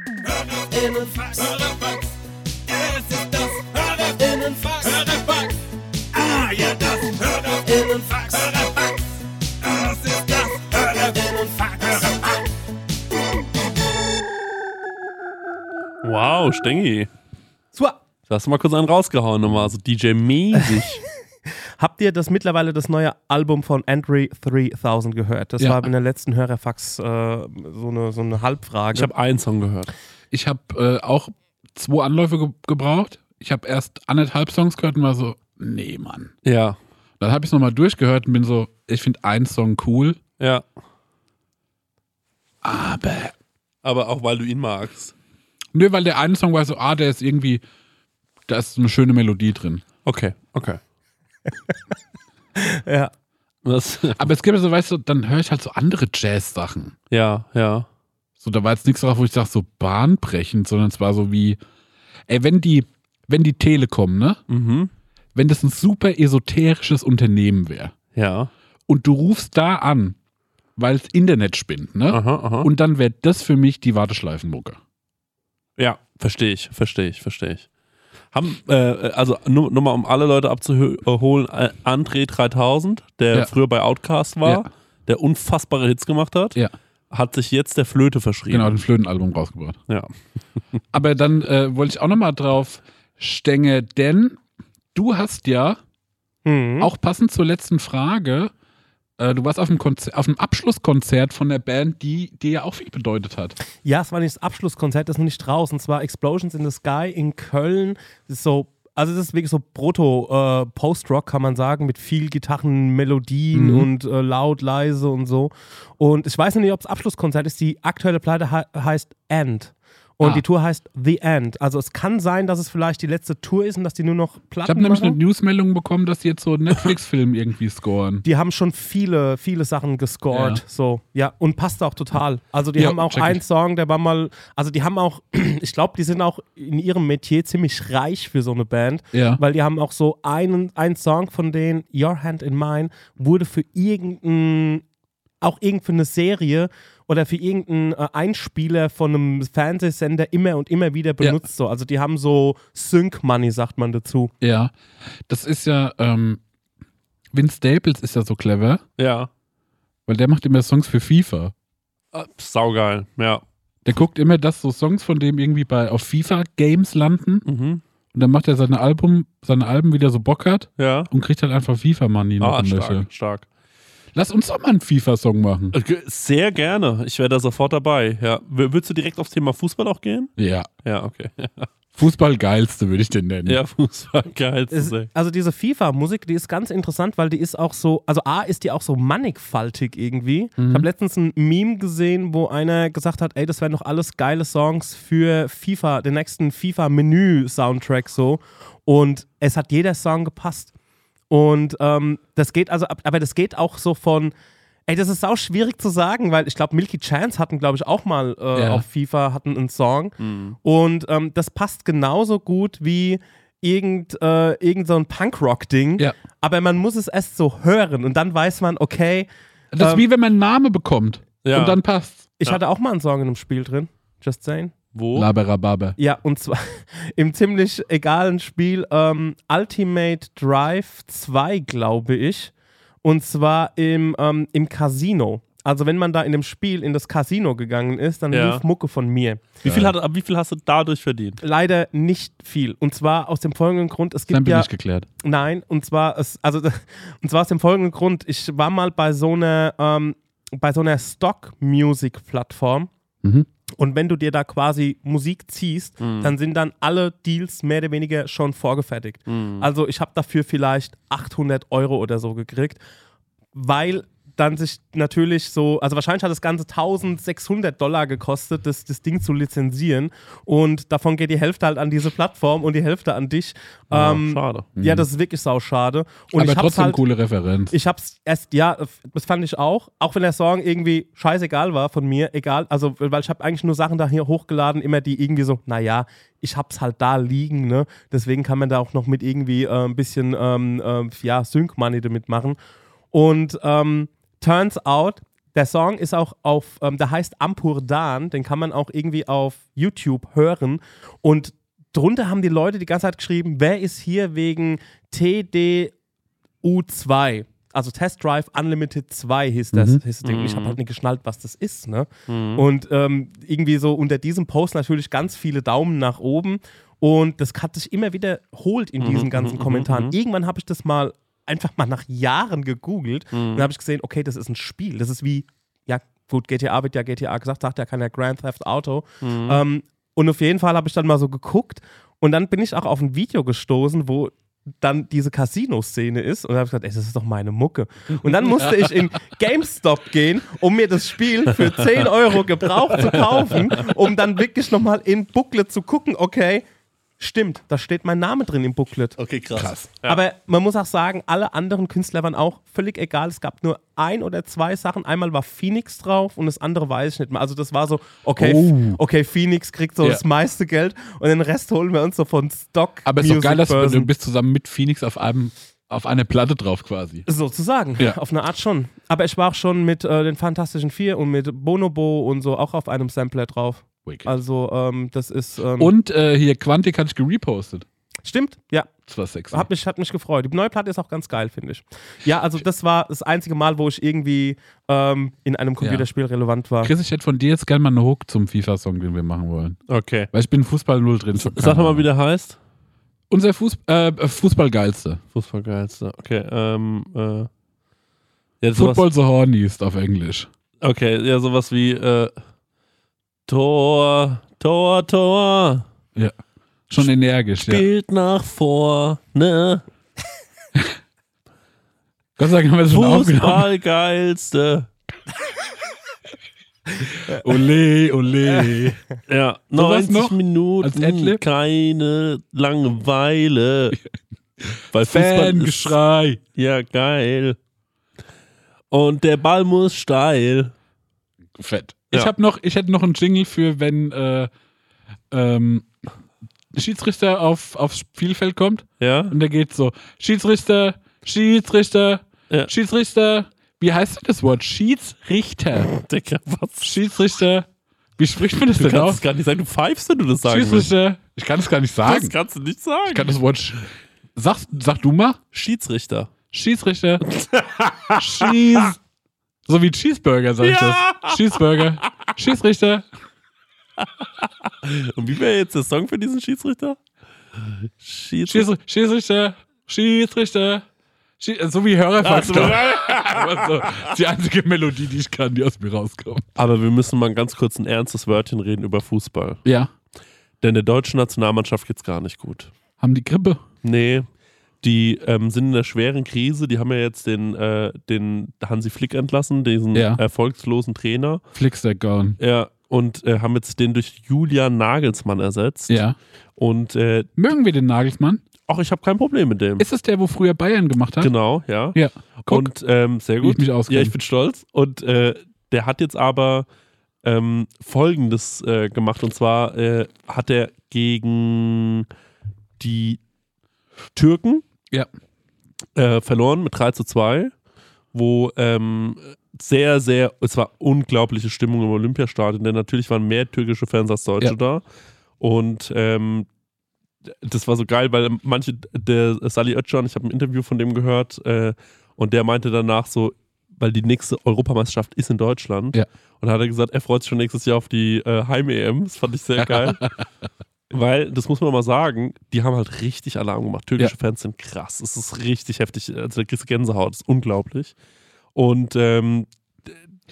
Innenfax. Hörerfax. Es ist das Hörerinnenfax. Hörerfax. Ah, ja, das Hörerinnenfax. Hörerfax. Das ist das Hörerinnenfax. Hörerfax. Wow, Stengi. Swa. Da hast du mal kurz einen rausgehauen, nochmal so DJ-mäßig. Habt ihr das mittlerweile das neue Album von Andre 3000 gehört? Das Ja. war in der letzten Hörerfax äh, so, eine, so eine Halbfrage. Ich habe einen Song gehört. Ich habe äh, auch zwei Anläufe ge gebraucht. Ich habe erst anderthalb Songs gehört und war so, nee, Mann. Ja, Dann habe ich es nochmal durchgehört und bin so, ich finde einen Song cool, ja. aber. Aber auch weil du ihn magst. Nö, weil der eine Song war so, ah, der ist irgendwie, da ist so eine schöne Melodie drin. Okay, okay. ja. Das, Aber es gibt so, weißt du, dann höre ich halt so andere Jazz-Sachen. ja, ja. So, da war jetzt nichts drauf, wo ich sage, so bahnbrechend, sondern es war so wie, ey, wenn die, wenn die Telekom, ne? Mhm. Wenn das ein super esoterisches Unternehmen wäre Ja. und du rufst da an, weil es Internet spinnt, ne? Aha, aha. Und dann wäre das für mich die Warteschleifenmucke. Ja, verstehe ich, verstehe ich, verstehe ich. Haben, äh, also nur, nur mal um alle Leute abzuholen, äh, André 3000, der Ja. früher bei Outcast war, Ja. der unfassbare Hits gemacht hat, Ja. hat sich jetzt der Flöte verschrieben. Genau, den Flötenalbum rausgebracht. Ja. Aber dann äh, wollte ich auch nochmal drauf stänge, denn du hast ja, Mhm. auch passend zur letzten Frage, äh, du warst auf dem, Konzer auf dem Abschlusskonzert von der Band, die dir ja auch viel bedeutet hat. Ja, es war nicht das Abschlusskonzert, das ist noch nicht draußen. Es war Explosions in the Sky in Köln. Das ist so, also das ist wirklich so Proto-Post-Rock, kann man sagen, mit viel Gitarren, Melodien Mhm. und äh, laut, leise und so. Und ich weiß noch nicht, ob es Abschlusskonzert ist. Die aktuelle Platte he heißt End. Und Ah. die Tour heißt The End. Also es kann sein, dass es vielleicht die letzte Tour ist und dass die nur noch Platten Ich habe nämlich eine machen. Newsmeldung bekommen, dass die jetzt so einen Netflix-Film irgendwie scoren. Die haben schon viele, viele Sachen gescored. Ja. So, ja. Und passt auch total. Also, die Ja, haben auch check einen ich. Song, der war mal. Also, die haben auch, ich glaube, die sind auch in ihrem Metier ziemlich reich für so eine Band. Ja. Weil die haben auch so einen, einen Song von denen, Your Hand in Mine, wurde für irgendein, auch irgend für eine Serie oder für irgendeinen äh, Einspieler von einem Fernsehsender immer und immer wieder Ja. benutzt. So. Also die haben so Sync-Money, sagt man dazu. Ja. Das ist ja, ähm, Vince Staples ist ja so clever, Ja. weil der macht immer Songs für FIFA. Ah, Saugeil, ja. Der guckt immer, dass so Songs von dem irgendwie bei auf FIFA-Games landen Mhm. und dann macht er seine Album, seine Alben wieder so Bock hat Ja. und kriegt halt einfach FIFA-Money noch Ah, in stark, Löcher. stark. Lass uns doch mal einen FIFA-Song machen. Äh, ge- Sehr gerne. Ich wäre da sofort dabei. Ja. W- Willst du direkt aufs Thema Fußball auch gehen? Ja. Ja, okay. Fußballgeilste würde ich den nennen. Ja, Fußball, geil zu Es, sehen. also diese FIFA-Musik, die ist ganz interessant, weil die ist auch so, also A ist die auch so mannigfaltig irgendwie. Ich habe letztens ein Meme gesehen, wo einer gesagt hat, ey, das wären doch alles geile Songs für FIFA, den nächsten FIFA-Menü-Soundtrack so. Und es hat jeder Song gepasst. Und ähm, das geht also, ab- aber das geht auch so von, ey, das ist auch schwierig zu sagen, weil ich glaube, Milky Chance hatten, glaube ich, auch mal äh, Ja. auf FIFA hatten einen Song. Mhm. Und ähm, das passt genauso gut wie irgend, äh, irgend so ein Punkrock-Ding. Ja. Aber man muss es erst so hören und dann weiß man, okay, Das ist Ähm, wie wenn man einen Namen bekommt Ja. und dann passt's. ich Ja. hatte auch mal einen Song in einem Spiel drin. Just saying. Wo? Laberababe. Ja, und zwar im ziemlich egalen Spiel ähm, Ultimate Drive 2, glaube ich. Und zwar im, ähm, im Casino. Also wenn man da in dem Spiel in das Casino gegangen ist, dann Ja. lief Mucke von mir. Wie viel, hat, ab wie viel hast du dadurch verdient? Leider nicht viel. Und zwar aus dem folgenden Grund, es Dann gibt bin ja ich geklärt. Nein, und zwar es, also und zwar aus dem folgenden Grund: Ich war mal bei so einer ähm, bei so einer Stock Music Plattform. Mhm. Und wenn du dir da quasi Musik ziehst, dann sind dann alle Deals mehr oder weniger schon vorgefertigt. Also ich habe dafür vielleicht 800 Euro oder so gekriegt, weil dann sich natürlich so, also wahrscheinlich hat das Ganze 1600 Dollar gekostet, das, das Ding zu lizenzieren. Und davon geht die Hälfte halt an diese Plattform und die Hälfte an dich. Ja, Ähm, schade. ja, das ist wirklich sauschade. Und Mhm. Aber ich hab's trotzdem halt, coole Referenz. Ich hab's erst, ja, das fand ich auch. Auch wenn der Song irgendwie scheißegal war von mir, egal. Also, weil ich habe eigentlich nur Sachen da hier hochgeladen, immer die irgendwie so, naja, ich hab's halt da liegen, ne? Deswegen kann man da auch noch mit irgendwie äh, ein bisschen, äh, ähm, ähm, ja, Sync-Money damit machen. Und ähm, turns out, der Der Song ist auch auf, ähm, der heißt Ampurdan, den kann man auch irgendwie auf YouTube hören. Und drunter haben die Leute die ganze Zeit geschrieben, wer ist hier wegen TDU2? Also Test Drive Unlimited 2 hieß das. Hieß das Ding. Und Ich habe halt nicht geschnallt, was das ist. Ne? Und ähm, irgendwie so unter diesem Post natürlich ganz viele Daumen nach oben. Und das hat sich immer wiederholt in diesen ganzen Kommentaren. Irgendwann habe ich das mal einfach mal nach Jahren gegoogelt und dann habe ich gesehen, okay, das ist ein Spiel. Das ist wie, ja, gut, GTA wird ja GTA gesagt, sagt ja keiner Grand Theft Auto. Ähm, und auf jeden Fall habe ich dann mal so geguckt und dann bin ich auch auf ein Video gestoßen, wo dann diese Casino-Szene ist und habe gesagt, ey, das ist doch meine Mucke. Und dann musste ich in GameStop gehen, um mir das Spiel für 10 Euro gebraucht zu kaufen, um dann wirklich nochmal in Booklet zu gucken, okay, stimmt, da steht mein Name drin im Booklet. Okay, krass. Aber man muss auch sagen, alle anderen Künstler waren auch völlig egal. Es gab nur ein oder zwei Sachen. Einmal war Phoenix drauf und das andere weiß ich nicht mehr. Also das war so, okay, Oh. okay Phoenix kriegt so Ja. das meiste Geld und den Rest holen wir uns so von Stock. Aber es ist doch Music geil, dass du, Börsen. du bist zusammen mit Phoenix auf einem auf einer Platte drauf quasi. Sozusagen, Ja. auf eine Art schon. Aber ich war auch schon mit äh, den Fantastischen Vier und mit Bonobo und so auch auf einem Sampler drauf. Wicked. Also ähm, das ist... Ähm, Und äh, hier Quantik hatte ich gerepostet. Stimmt, ja. Das war sexy. Hat mich, hat mich gefreut. Die neue Platte ist auch ganz geil, finde ich. Ja, also das war das einzige Mal, wo ich irgendwie ähm, in einem Computerspiel relevant war. Chris, ich hätte von dir jetzt gerne mal einen Hook zum FIFA-Song, den wir machen wollen. Okay. Weil ich bin Fußball null drin. Ich hab keine Sag doch mal, Ahnung. wie der heißt. Unser Fuß, äh, Fußballgeilste. Fußballgeilste. Okay, ähm, äh. Ja, sowas, Football the Horniest auf Englisch. okay, ja, sowas wie, äh, Tor, Tor, Tor, Schon energisch, ja. spielt nach vorne, Gott sei Dank haben wir das schon aufgenommen. Fußballgeilste. Ole, ole. Ja, So was 90 noch? Als Minuten, Adlib? keine Langeweile. Weil Fußball ist Fangeschrei. ja geil. Und der Ball muss steil. Fett. Ja. Ich hab noch, ich hätte noch einen Jingle für, wenn äh, ähm, Schiedsrichter auf, aufs Spielfeld kommt Ja? und der geht so: Schiedsrichter, Schiedsrichter, Ja. Schiedsrichter. Wie heißt denn das Wort? Schiedsrichter. Digga, was? Schiedsrichter. Wie spricht man das Du denn kannst es aus? gar nicht sagen. Du pfeifst, wenn du das sagen willst. Schiedsrichter. Ich kann es gar nicht Das sagen. kannst du nicht Ich sagen. kann das Wort. Sch sag, sag du mal. Schiedsrichter. Schießrichter. Schieß. So wie Cheeseburger, sag ich Ja. das. Cheeseburger. Schießrichter. Und wie wäre jetzt der Song für diesen Schiedsrichter? Schiedsrichter. Schieß, Schießrichter. Schießrichter. Schie äh, so wie Also, Hörerfaktor. Aber so, das ist also die einzige Melodie, die ich kann, die aus mir rauskommt. aber wir müssen mal ganz kurz ein ernstes Wörtchen reden über Fußball. Ja. Denn der deutschen Nationalmannschaft geht's gar nicht gut. Haben die Grippe. Nee, die ähm, sind in einer schweren Krise. Die haben ja jetzt den, äh, den Hansi Flick entlassen, diesen Ja. erfolgslosen Trainer. Flickster gone. Ja, und äh, haben jetzt den durch Julian Nagelsmann ersetzt. Ja. Und äh, Mögen wir den Nagelsmann? auch ich habe kein Problem mit dem. Ist es der, wo früher Bayern gemacht hat? genau, ja. Ja. Guck. und ähm, sehr wie gut. ich mich auskenne. ja, ich bin stolz. Und äh, der hat jetzt aber ähm, Folgendes äh, gemacht. Und zwar äh, hat er gegen die Türken Ja. äh, verloren mit 3 zu 2, wo ähm, sehr, sehr, es war unglaubliche Stimmung im Olympiastadion, denn natürlich waren mehr türkische Fans als Deutsche Ja. da. Und ähm, das war so geil, weil manche, der Sally Oetschan, ich habe ein Interview von dem gehört, äh, und der meinte danach so, weil die nächste Europameisterschaft ist in Deutschland. Ja. Und da hat er gesagt, er freut sich schon nächstes Jahr auf die äh, Heim-EM. Das fand ich sehr geil. Weil, das muss man mal sagen, die haben halt richtig Alarm gemacht. Türkische Ja. Fans sind krass. Es ist richtig heftig. Also da kriegst du Gänsehaut. Das ist unglaublich. Und ähm,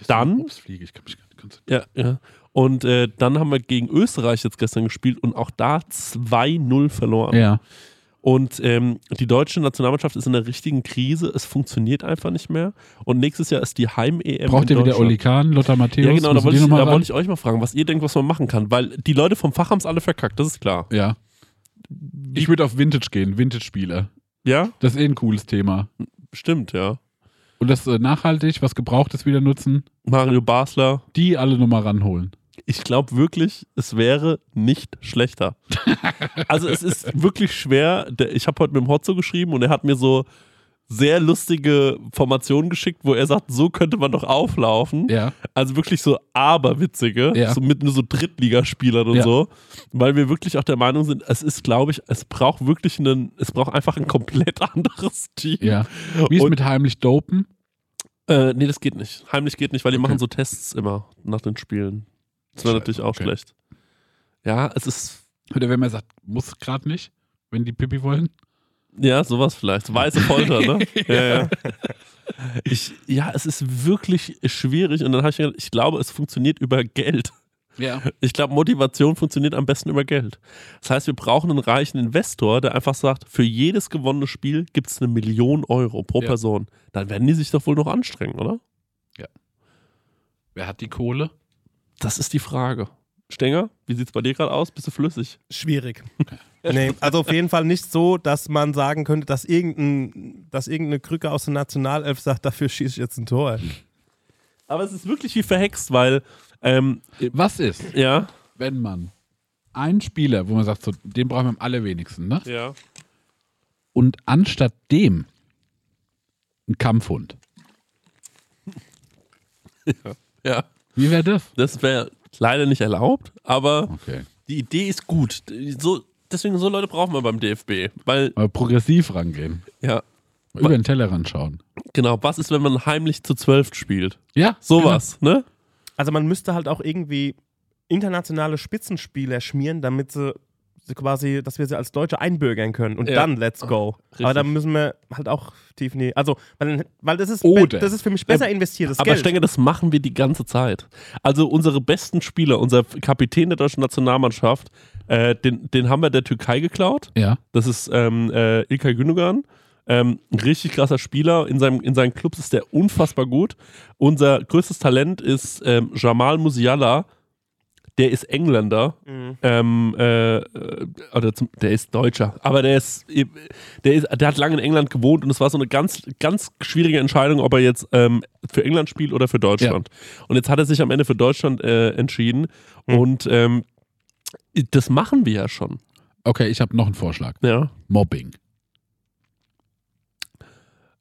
dann- Ups, Fliege. Ich kann mich gar nicht konzentrieren. ja, ja. Und äh, dann haben wir gegen Österreich jetzt gestern gespielt und auch da 2-0 verloren. Ja. Und ähm, die deutsche Nationalmannschaft ist in der richtigen Krise. Es funktioniert einfach nicht mehr. Und nächstes Jahr ist die Heim-EM. Braucht in ihr wieder Deutschland. Oli Kahn, Lothar Matthäus? Ja, genau. Da Müssen wollte die ich, noch mal da ran? wollte ich euch mal fragen, was ihr denkt, was man machen kann. Weil die Leute vom Fach haben es alle verkackt. Das ist klar. Ja. Ich würde auf Vintage gehen, Vintage-Spiele. Ja, Das ist eh ein cooles Thema. stimmt, ja. Und das äh, nachhaltig, was Gebrauchtes wieder nutzen, Mario Basler. die alle nochmal ranholen. Ich glaube wirklich, es wäre nicht schlechter. Also es ist wirklich schwer. Der- Ich habe heute mit dem Hotzo geschrieben und er hat mir so sehr lustige Formation geschickt, wo er sagt, so könnte man doch auflaufen. Ja. Also wirklich so aberwitzige, Ja. so mit nur so Drittligaspielern und Ja. so, weil wir wirklich auch der Meinung sind, es ist, glaube ich, es braucht wirklich einen, es braucht einfach ein komplett anderes Team. Ja. Wie ist Und- mit heimlich dopen? Äh, nee, das geht nicht. Heimlich geht nicht, weil die Okay. machen so Tests immer nach den Spielen. Das wäre Scheiße, natürlich auch okay. schlecht. Ja, es ist, Oder wenn man sagt, muss gerade nicht, wenn die Pipi wollen. ja, sowas vielleicht. Weiße Polter, ne? ja, ja. Ich, ja, es ist wirklich schwierig und dann habe ich gedacht, ich glaube, es funktioniert über Geld. Ja. Ich glaube, Motivation funktioniert am besten über Geld. Das heißt, wir brauchen einen reichen Investor, der einfach sagt, für jedes gewonnene Spiel gibt es eine Million Euro pro Ja. Person. Dann werden die sich doch wohl noch anstrengen, oder? Wer hat die Kohle? Das ist die Frage. Stenger, wie sieht es bei dir gerade aus? Bist du flüssig? Schwierig. Nee, also auf jeden Fall nicht so, dass man sagen könnte, dass, irgendein, dass irgendeine Krücke aus der Nationalelf sagt, dafür schieße ich jetzt ein Tor. Aber es ist wirklich wie verhext, weil, ähm, Was ist, ja. wenn man einen Spieler, wo man sagt, so, den brauchen wir am allerwenigsten, ne? Ja. Und anstatt dem einen Kampfhund. Ja. Wie wäre das? Das wäre leider nicht erlaubt, aber Okay. die Idee ist gut. So, deswegen, so Leute brauchen wir beim DFB. Weil, Mal progressiv rangehen. ja, Mal über den Tellerrand schauen. genau, was ist, wenn man heimlich zu zwölf spielt? Ja. genau. Sowas, ne? Also man müsste halt auch irgendwie internationale Spitzenspieler schmieren, damit sie, sie quasi, dass wir sie als Deutsche einbürgern können. Und Ja. dann let's go. Aber da richtig. müssen wir halt auch tief in die. Also, weil, weil das ist Oder- das ist für mich besser investiertes Aber ich Geld. denke, das machen wir die ganze Zeit. Also unsere besten Spieler, unser Kapitän der deutschen Nationalmannschaft, äh, den, den haben wir der Türkei geklaut. Ja. Das ist ähm, äh, Ilkay Gündogan. Ähm, ein richtig krasser Spieler. In, seinem, in seinen Clubs ist der unfassbar gut. Unser größtes Talent ist ähm, Jamal Musiala. Der ist Engländer. Ähm, äh, äh, oder zum, der ist Deutscher. Aber der ist, der ist, der hat lange in England gewohnt und es war so eine ganz, ganz schwierige Entscheidung, ob er jetzt ähm, für England spielt oder für Deutschland. Und jetzt hat er sich am Ende für Deutschland äh, entschieden. Und ähm, das machen wir ja schon. Okay, ich habe noch einen Vorschlag. Ja. Mobbing.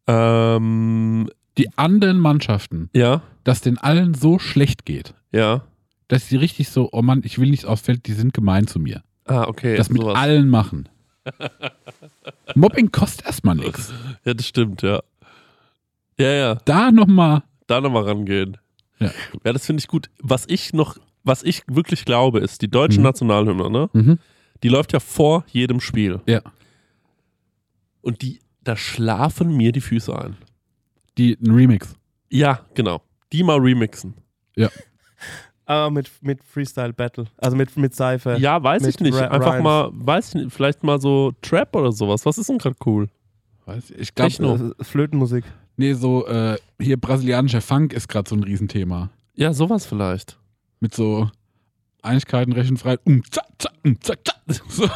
Ähm, Die anderen Mannschaften, ja, dass den allen so schlecht geht, ja. dass die richtig so, oh Mann, ich will nicht aufs Feld, die sind gemein zu mir. Ah, okay. das mit sowas. allen machen. Mobbing kostet erstmal nichts. Ja, das stimmt, ja. Ja, ja, Da nochmal. da nochmal rangehen. Ja. Ja, das finde ich gut. Was ich noch, was ich wirklich glaube, ist, die deutsche Mhm. Nationalhymne, ne? Mhm. Die läuft ja vor jedem Spiel. Ja. Und die, da schlafen mir die Füße ein. Die, ein Remix. Ja, genau. Die mal remixen. Ah, mit, mit Freestyle Battle. Also mit, mit Seife. Ja, weiß Mit ich nicht. Ra- Einfach Rhymes. mal, weiß ich nicht, vielleicht mal so Trap oder sowas. Was ist denn gerade cool? Weiß Ich glaube, Äh, Flötenmusik. nee, so äh, hier brasilianischer Funk ist gerade so ein Riesenthema. Ja, sowas vielleicht. Mit so Einigkeiten, Rechenfreiheit. Um, zack, zack, um, zack, zack.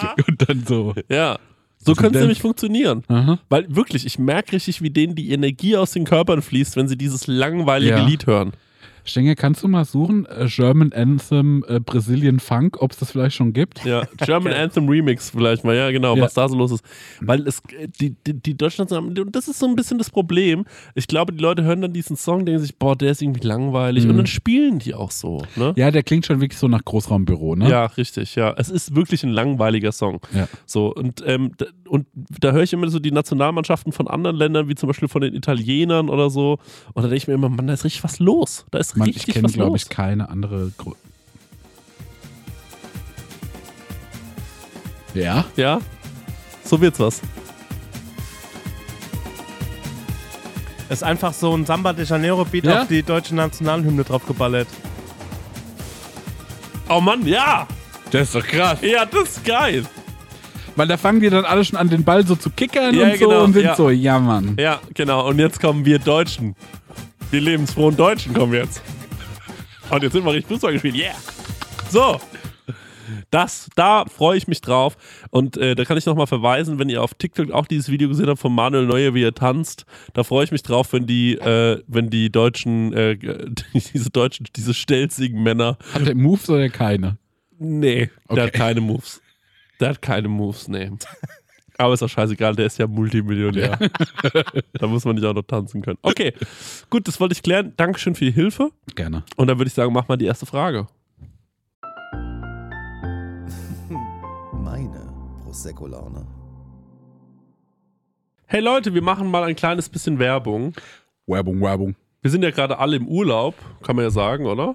So. Und dann so. Ja. So Das könnte es Dance- nämlich funktionieren. Aha. Weil wirklich, ich merke richtig, wie denen die Energie aus den Körpern fließt, wenn sie dieses langweilige Ja. Lied hören. Stenge, kannst du mal suchen, äh, German Anthem, äh, Brazilian Funk, ob es das vielleicht schon gibt? Ja, German Anthem Remix vielleicht mal, ja genau, Ja. was da so los ist. Weil es, äh, die, die, die Deutschland, und das ist so ein bisschen das Problem. Ich glaube, die Leute hören dann diesen Song, denken sich, boah, der ist irgendwie langweilig und dann spielen die auch so. Ne? Mhm. Ja, der klingt schon wirklich so nach Großraumbüro, ne? Ja, richtig, ja. Es ist wirklich ein langweiliger Song. Ja. So, und, ähm, d- und da höre ich immer so die Nationalmannschaften von anderen Ländern, wie zum Beispiel von den Italienern oder so. Und da denke ich mir immer, Mann, da ist richtig was los. Da ist Mann, ich richtig kenne, was glaube los. ich, keine andere. Gru ja? Ja? So wird's was. Es ist einfach so ein Samba de Janeiro Beat Ja? auf die deutsche Nationalhymne draufgeballert. Oh Mann, ja! Das ist doch krass. Ja, das ist geil! Weil da fangen die dann alle schon an, den Ball so zu kickern Ja, und so genau, und sind ja. so, ja, Mann. Ja, genau. Und jetzt kommen wir Deutschen. Wir lebensfrohen Deutschen kommen jetzt. Und jetzt sind wir richtig Fußball gespielt. Yeah! So. Das, da freue ich mich drauf. Und äh, da kann ich nochmal verweisen, wenn ihr auf TikTok auch dieses Video gesehen habt von Manuel Neuer, wie er tanzt. Da freue ich mich drauf, wenn die, äh, wenn die Deutschen, äh, diese Deutschen, diese stelzigen Männer Hat der Moves oder keine? Nee, Okay. der hat keine Moves. Der hat keine Moves, nee. Aber ist auch scheißegal, der ist ja Multimillionär. da muss man nicht auch noch tanzen können. Okay, gut, das wollte ich klären. Dankeschön für die Hilfe. Gerne. Und dann würde ich sagen, mach mal die erste Frage. Meine Prosecco-Laune. Hey Leute, wir machen mal ein kleines bisschen Werbung. Werbung, Werbung. Wir sind ja gerade alle im Urlaub, kann man ja sagen, oder?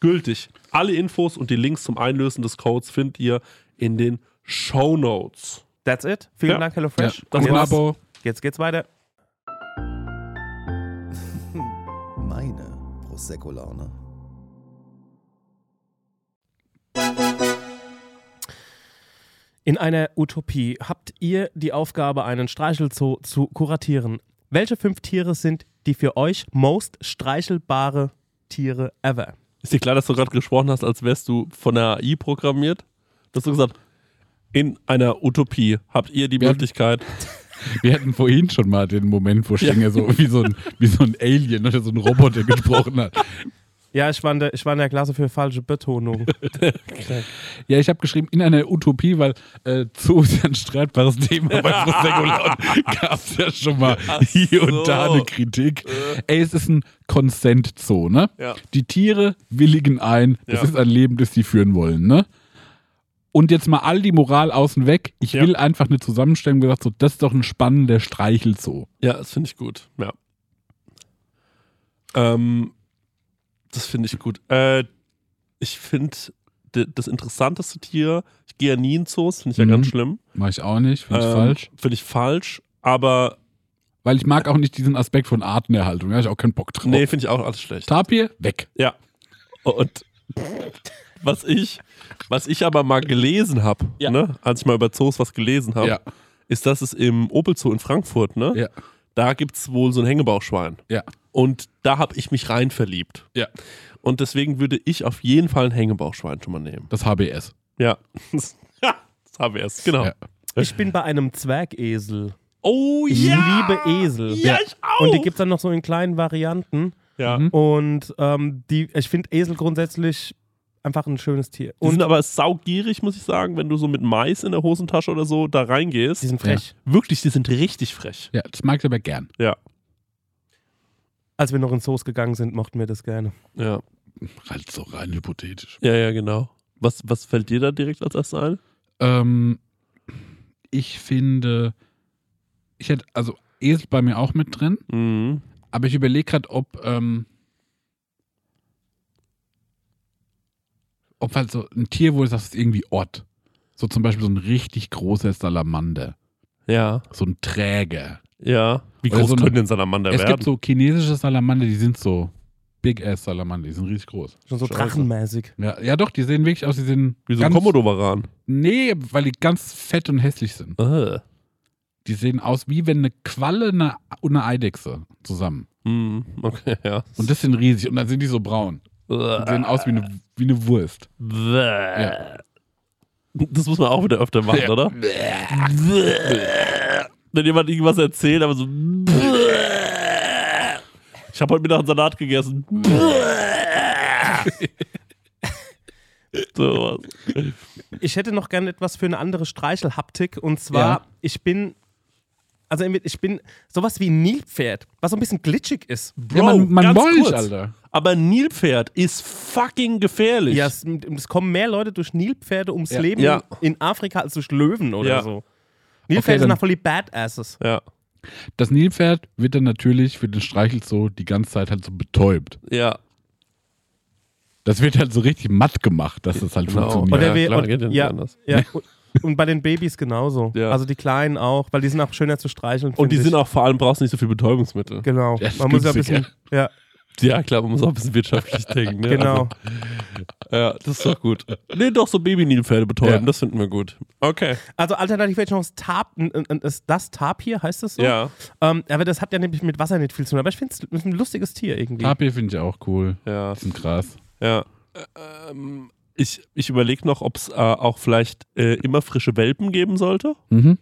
gültig. Alle Infos und die Links zum Einlösen des Codes findet ihr in den Show Notes. That's it. Vielen Ja. Dank, HelloFresh. ja. das Und war jetzt, Abo. jetzt geht's weiter. Meine Prosecco-Laune. In einer Utopie habt ihr die Aufgabe, einen Streichelzoo zu kuratieren. Welche fünf Tiere sind die für euch most streichelbare Tiere ever? Ist dir klar, dass du gerade gesprochen hast, als wärst du von der AI programmiert? Du hast gesagt, in einer Utopie habt ihr die Ja. Möglichkeit. Wir hatten vorhin schon mal den Moment, wo Stenger so wie so ein, wie so ein Alien oder so ein Roboter gesprochen hat. Ja, ich war in der, ich war in der Klasse für falsche Betonung. Ja, ich habe geschrieben, in einer Utopie, weil äh, Zoo ist ja ein streitbares Thema bei Prosecco gab es ja schon mal hier und da so. Äh. eine Kritik. Ey, es ist ein Consent-Zoo, ne? Ja. Die Tiere willigen ein, das Ja. ist ein Leben, das sie führen wollen, ne? Und jetzt mal all die Moral außen weg. Ich Ja. will einfach eine Zusammenstellung gesagt, so, das ist doch ein spannender Streichelzoo. Ja, das finde ich gut. Ja. Ähm, das finde ich gut. Äh, ich finde d- das interessanteste Tier, ich gehe ja nie in Zoos, finde ich ja Mhm. ganz schlimm. Mach ich auch nicht, finde ich Ähm, falsch. Finde ich falsch, aber Weil ich mag auch nicht diesen Aspekt von Artenerhaltung. Da habe ich auch keinen Bock drauf. Nee, finde ich auch alles schlecht. Tapir, weg. Ja. Und was ich, was ich aber mal gelesen habe, Ja. ne, als ich mal über Zoos was gelesen habe, Ja. ist, dass es im Opel Zoo in Frankfurt, ne, Ja. da gibt es wohl so ein Hängebauchschwein. Ja. Und da habe ich mich rein verliebt. Ja. Und deswegen würde ich auf jeden Fall ein Hängebauchschwein schon mal nehmen. Das HBS. Ja. das haben wir erst, genau. Ja. Ich bin bei einem Zwergesel. Oh Ich ja! liebe Esel. Ja, ich auch! Und die gibt es dann noch so in kleinen Varianten. ja. Mhm. Und ähm, die, ich finde Esel grundsätzlich einfach ein schönes Tier. Die Und sind aber saugierig, muss ich sagen, wenn du so mit Mais in der Hosentasche oder so da reingehst. die sind frech. wirklich, die sind richtig frech. Ja, das mag ich aber gern. Ja. Als wir noch in Zoos gegangen sind, mochten wir das gerne. Ja. Halt so rein hypothetisch. Ja, ja, genau. Was, was fällt dir da direkt als erstes ein? Ähm, ich finde, ich hätte, also Esel bei mir auch mit drin, Mhm. aber ich überlege gerade, ob, ähm, ob halt so ein Tier, wo du sagst, das ist irgendwie Ort. So zum Beispiel so ein richtig großer Salamander, Ja, so ein Träger. ja. Wie Oder groß so eine- können denn Salamander es werden? gibt so chinesische Salamander, die sind so Big-Ass-Salamander, die sind riesig groß. Schon so Scheiße. drachenmäßig. Ja, ja doch, die sehen wirklich aus, die sind Wie so ein ganz- Komodowaran. Nee, weil die ganz fett und hässlich sind. Äh. Die sehen aus wie wenn eine Qualle eine, und eine Eidechse zusammen. Mhm. Okay, ja. Und das sind riesig. Und dann sind die so braun. Die sehen aus wie eine, wie eine Wurst. Bäh. Das muss man auch wieder öfter machen, Ja. oder? Bäh. Wenn jemand irgendwas erzählt, aber so. Bäh. Ich habe heute Mittag einen Salat gegessen. Bäh. so was. Ich hätte noch gerne etwas für eine andere Streichelhaptik. Und zwar, Ja. ich bin. Also ich bin sowas wie ein Nilpferd, was so ein bisschen glitschig ist. Bro, ja, man, man ganz molch, kurz. Alter. Aber ein Nilpferd ist fucking gefährlich. Ja, es, es kommen mehr Leute durch Nilpferde ums Ja. Leben Ja. in Afrika als durch Löwen oder Ja. so. Okay, Nilpferde dann- sind nach voll die Badasses. Ja, Das Nilpferd wird dann natürlich für den Streichelzoo die ganze Zeit halt so betäubt. ja. Das wird halt so richtig matt gemacht, dass das halt Genau. funktioniert. Oder Ja, wir, klar, und, geht ja ja, nicht ja, anders. und, und bei den Babys genauso. Ja. Also die Kleinen auch, weil die sind auch schöner zu streicheln. Und find die ich. sind auch vor allem brauchst du nicht so viel Betäubungsmittel. Genau. Ja, ist Man muss ja ein günstiger. bisschen. Ja, Ja, klar, man muss auch ein bisschen wirtschaftlich denken. Ne? genau. Also, ja, das ist doch gut. Nee, doch so Baby-Nilpferde betäuben, Ja. das finden wir gut. Okay. Also alternativ hätte ich noch das Tab, n- n- das, das Tab hier, heißt es so? Ja, Ähm, aber das hat ja nämlich mit Wasser nicht viel zu tun. Aber ich finde es ein lustiges Tier irgendwie. Tapir finde ich auch cool. ja, Die sind krass. ja. Ähm, ich ich überlege noch, ob es äh, auch vielleicht äh, immer frische Welpen geben sollte. Mhm.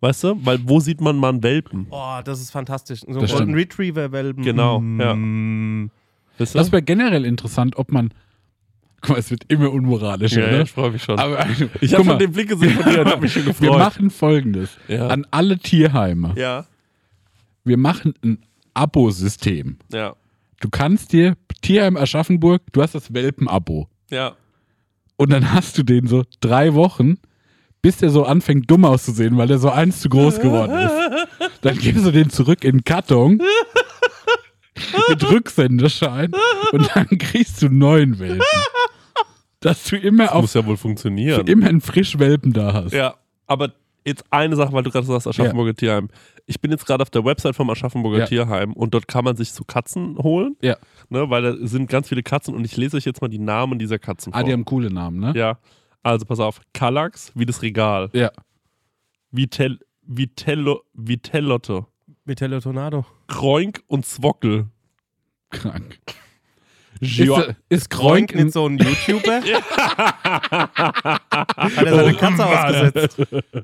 Weißt du? Weil wo sieht man mal einen Welpen? Oh, das ist fantastisch. So ein Das Golden Retriever-Welpen. Genau, ja. Mm. Weißt du? Das wäre generell interessant, ob man. Guck mal, es wird immer unmoralischer, ja, ja, ne? ich freue mich schon. Aber, ich guck habe mal, schon den Blick gesehen von dir und habe mich schon wir gefreut. machen folgendes: Ja. An alle Tierheime. Ja, wir machen ein Abo-System. ja, Du kannst dir Tierheim Aschaffenburg, du hast das Welpen-Abo. ja. Und dann hast du den so drei Wochen, bis der so anfängt, dumm auszusehen, weil der so eins zu groß geworden ist. Dann gibst du den zurück in den Karton mit Rücksendeschein und dann kriegst du einen neuen Welpen. Dass du immer Muss auf ja wohl funktionieren. immer einen frisch Welpen da hast. Ja, aber jetzt eine Sache, weil du gerade sagst, Aschaffenburger Tierheim. Ich bin jetzt gerade auf der Website vom Aschaffenburger Ja. Tierheim und dort kann man sich zu Katzen holen, Ja. ne, weil da sind ganz viele Katzen und ich lese euch jetzt mal die Namen dieser Katzen vor. Ah, die haben coole Namen, ne? ja, also pass auf. Kallax, wie das Regal. Ja. Vitel, Vitello, Vitellotte. Vitello Tornado. Kroink und Zwockel. Krank. Ja. Ist, ist Kroink Kroink nicht ein so ein YouTuber? Hat er seine Katze ausgesetzt?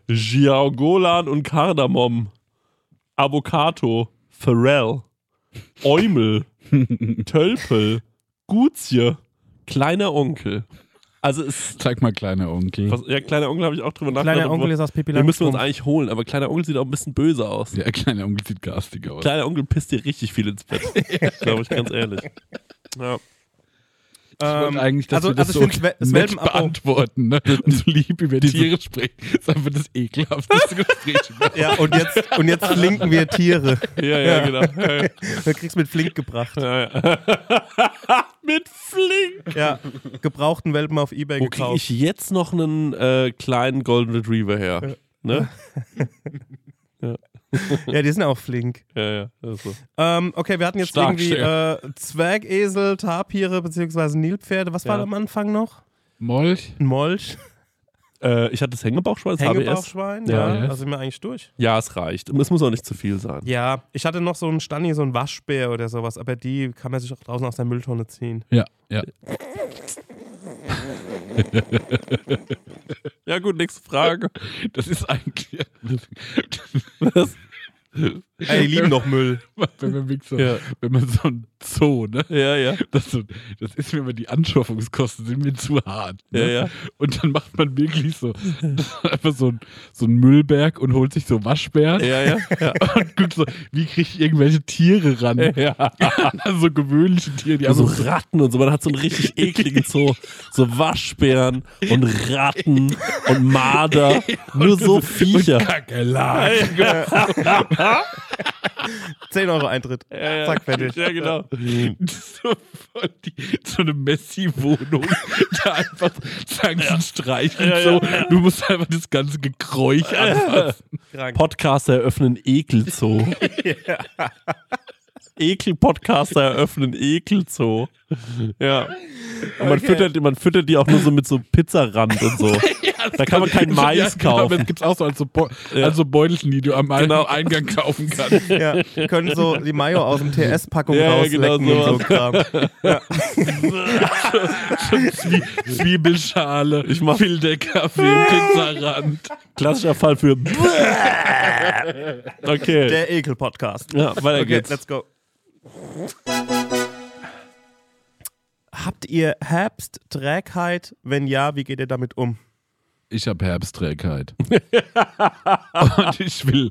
Giaugolan und Kardamom. Avocado. Pharrell. Eumel. Tölpel. Gutsje. Kleiner Onkel. Also es Zeig mal, kleiner Onkel. was, ja, kleiner Onkel habe ich auch drüber nachgedacht. Kleiner Onkel ist aus Pippi Den müssen oh wir uns Langstrumpf. eigentlich holen, aber kleiner Onkel sieht auch ein bisschen böse aus. Ja, kleiner Onkel sieht garstig aus. Kleiner Onkel pisst dir richtig viel ins Bett. Glaube ich, ganz ehrlich. Ja. Und eigentlich, dass also, wir das also so ich finde das nett Welpen-Abo. beantworten, ne? Und so lieb über Tiere sprechen. Das ist einfach das ekelhafteste Gespräch. überhaupt. Ja, und jetzt, und jetzt flinken wir Tiere. ja, ja, genau. Ja, ja. Du kriegst mit flink gebracht. Mit Flink. Ja, gebrauchten Welpen auf Ebay Wo kriege gekauft. ich jetzt noch einen äh, kleinen Golden Retriever her? Ne? Ja, die sind auch flink. Ja, ja, das ist so. Ähm, okay, wir hatten jetzt Stark, irgendwie äh, Zwergesel, Tapire beziehungsweise Nilpferde. Was war Ja. am Anfang noch? Molch. Ein Molch, Äh, ich hatte das Hängebauchschwein, das HBS. Hängebauchschwein. Ja. Ja, ja. Da sind wir eigentlich durch. Ja, es reicht. Es muss auch nicht zu viel sein. Ja, ich hatte noch so einen Stanni, so einen Waschbär oder sowas, aber die kann man sich auch draußen aus der Mülltonne ziehen. Ja, ja. Ja, gut, nächste Frage. Das ist eigentlich. Was? Ey, die lieben doch Müll. wenn man wirklich so, Ja. wenn man so ein Zoo, ne? Ja, ja. Das, so- das ist mir immer die Anschaffungskosten sind mir zu hart. Ne? Ja, ja. Und dann macht man wirklich so einfach so, ein, so einen Müllberg und holt sich so Waschbären Ja, ja. ja. und guckt so, wie kriege ich irgendwelche Tiere ran? ja. Also so gewöhnliche Tiere, die so haben so Ratten und so. Man hat so einen richtig ekligen Zoo. So Waschbären und Ratten und Marder. Nur so Viecher. Kakerlaken. 10 Euro Eintritt. Zack, fertig. Ja, genau. Hm. So, voll die, so eine Messi-Wohnung, da einfach sagen, ja. Streich und so. Du musst einfach das ganze Gekräuch anfassen. Krank. Podcaster eröffnen Ekelzoo. Ekel-Podcaster eröffnen Ekelzoo. Ja. Und man, Okay. füttert, man füttert die auch nur so mit so Pizzarand und so. da kann man keinen Mais Ja, genau, aber kaufen. Das gibt es auch so als so, Bo Ja. als so Beutelchen, die du am Ein- Genau. Eingang kaufen kannst. Ja, die können so die Mayo aus dem TS-Packung Ja, ja, rauslecken genau und so Kram. Zwie Zwiebelschale, ich mach Filterkaffee, Pizzarand. Klassischer Fall für. okay. Der Ekel-Podcast. ja, weiter Okay, geht's. let's go. Habt ihr Herbst, Trägheit? Wenn ja, wie geht ihr damit um? Ich habe Herbstträgheit. und ich will.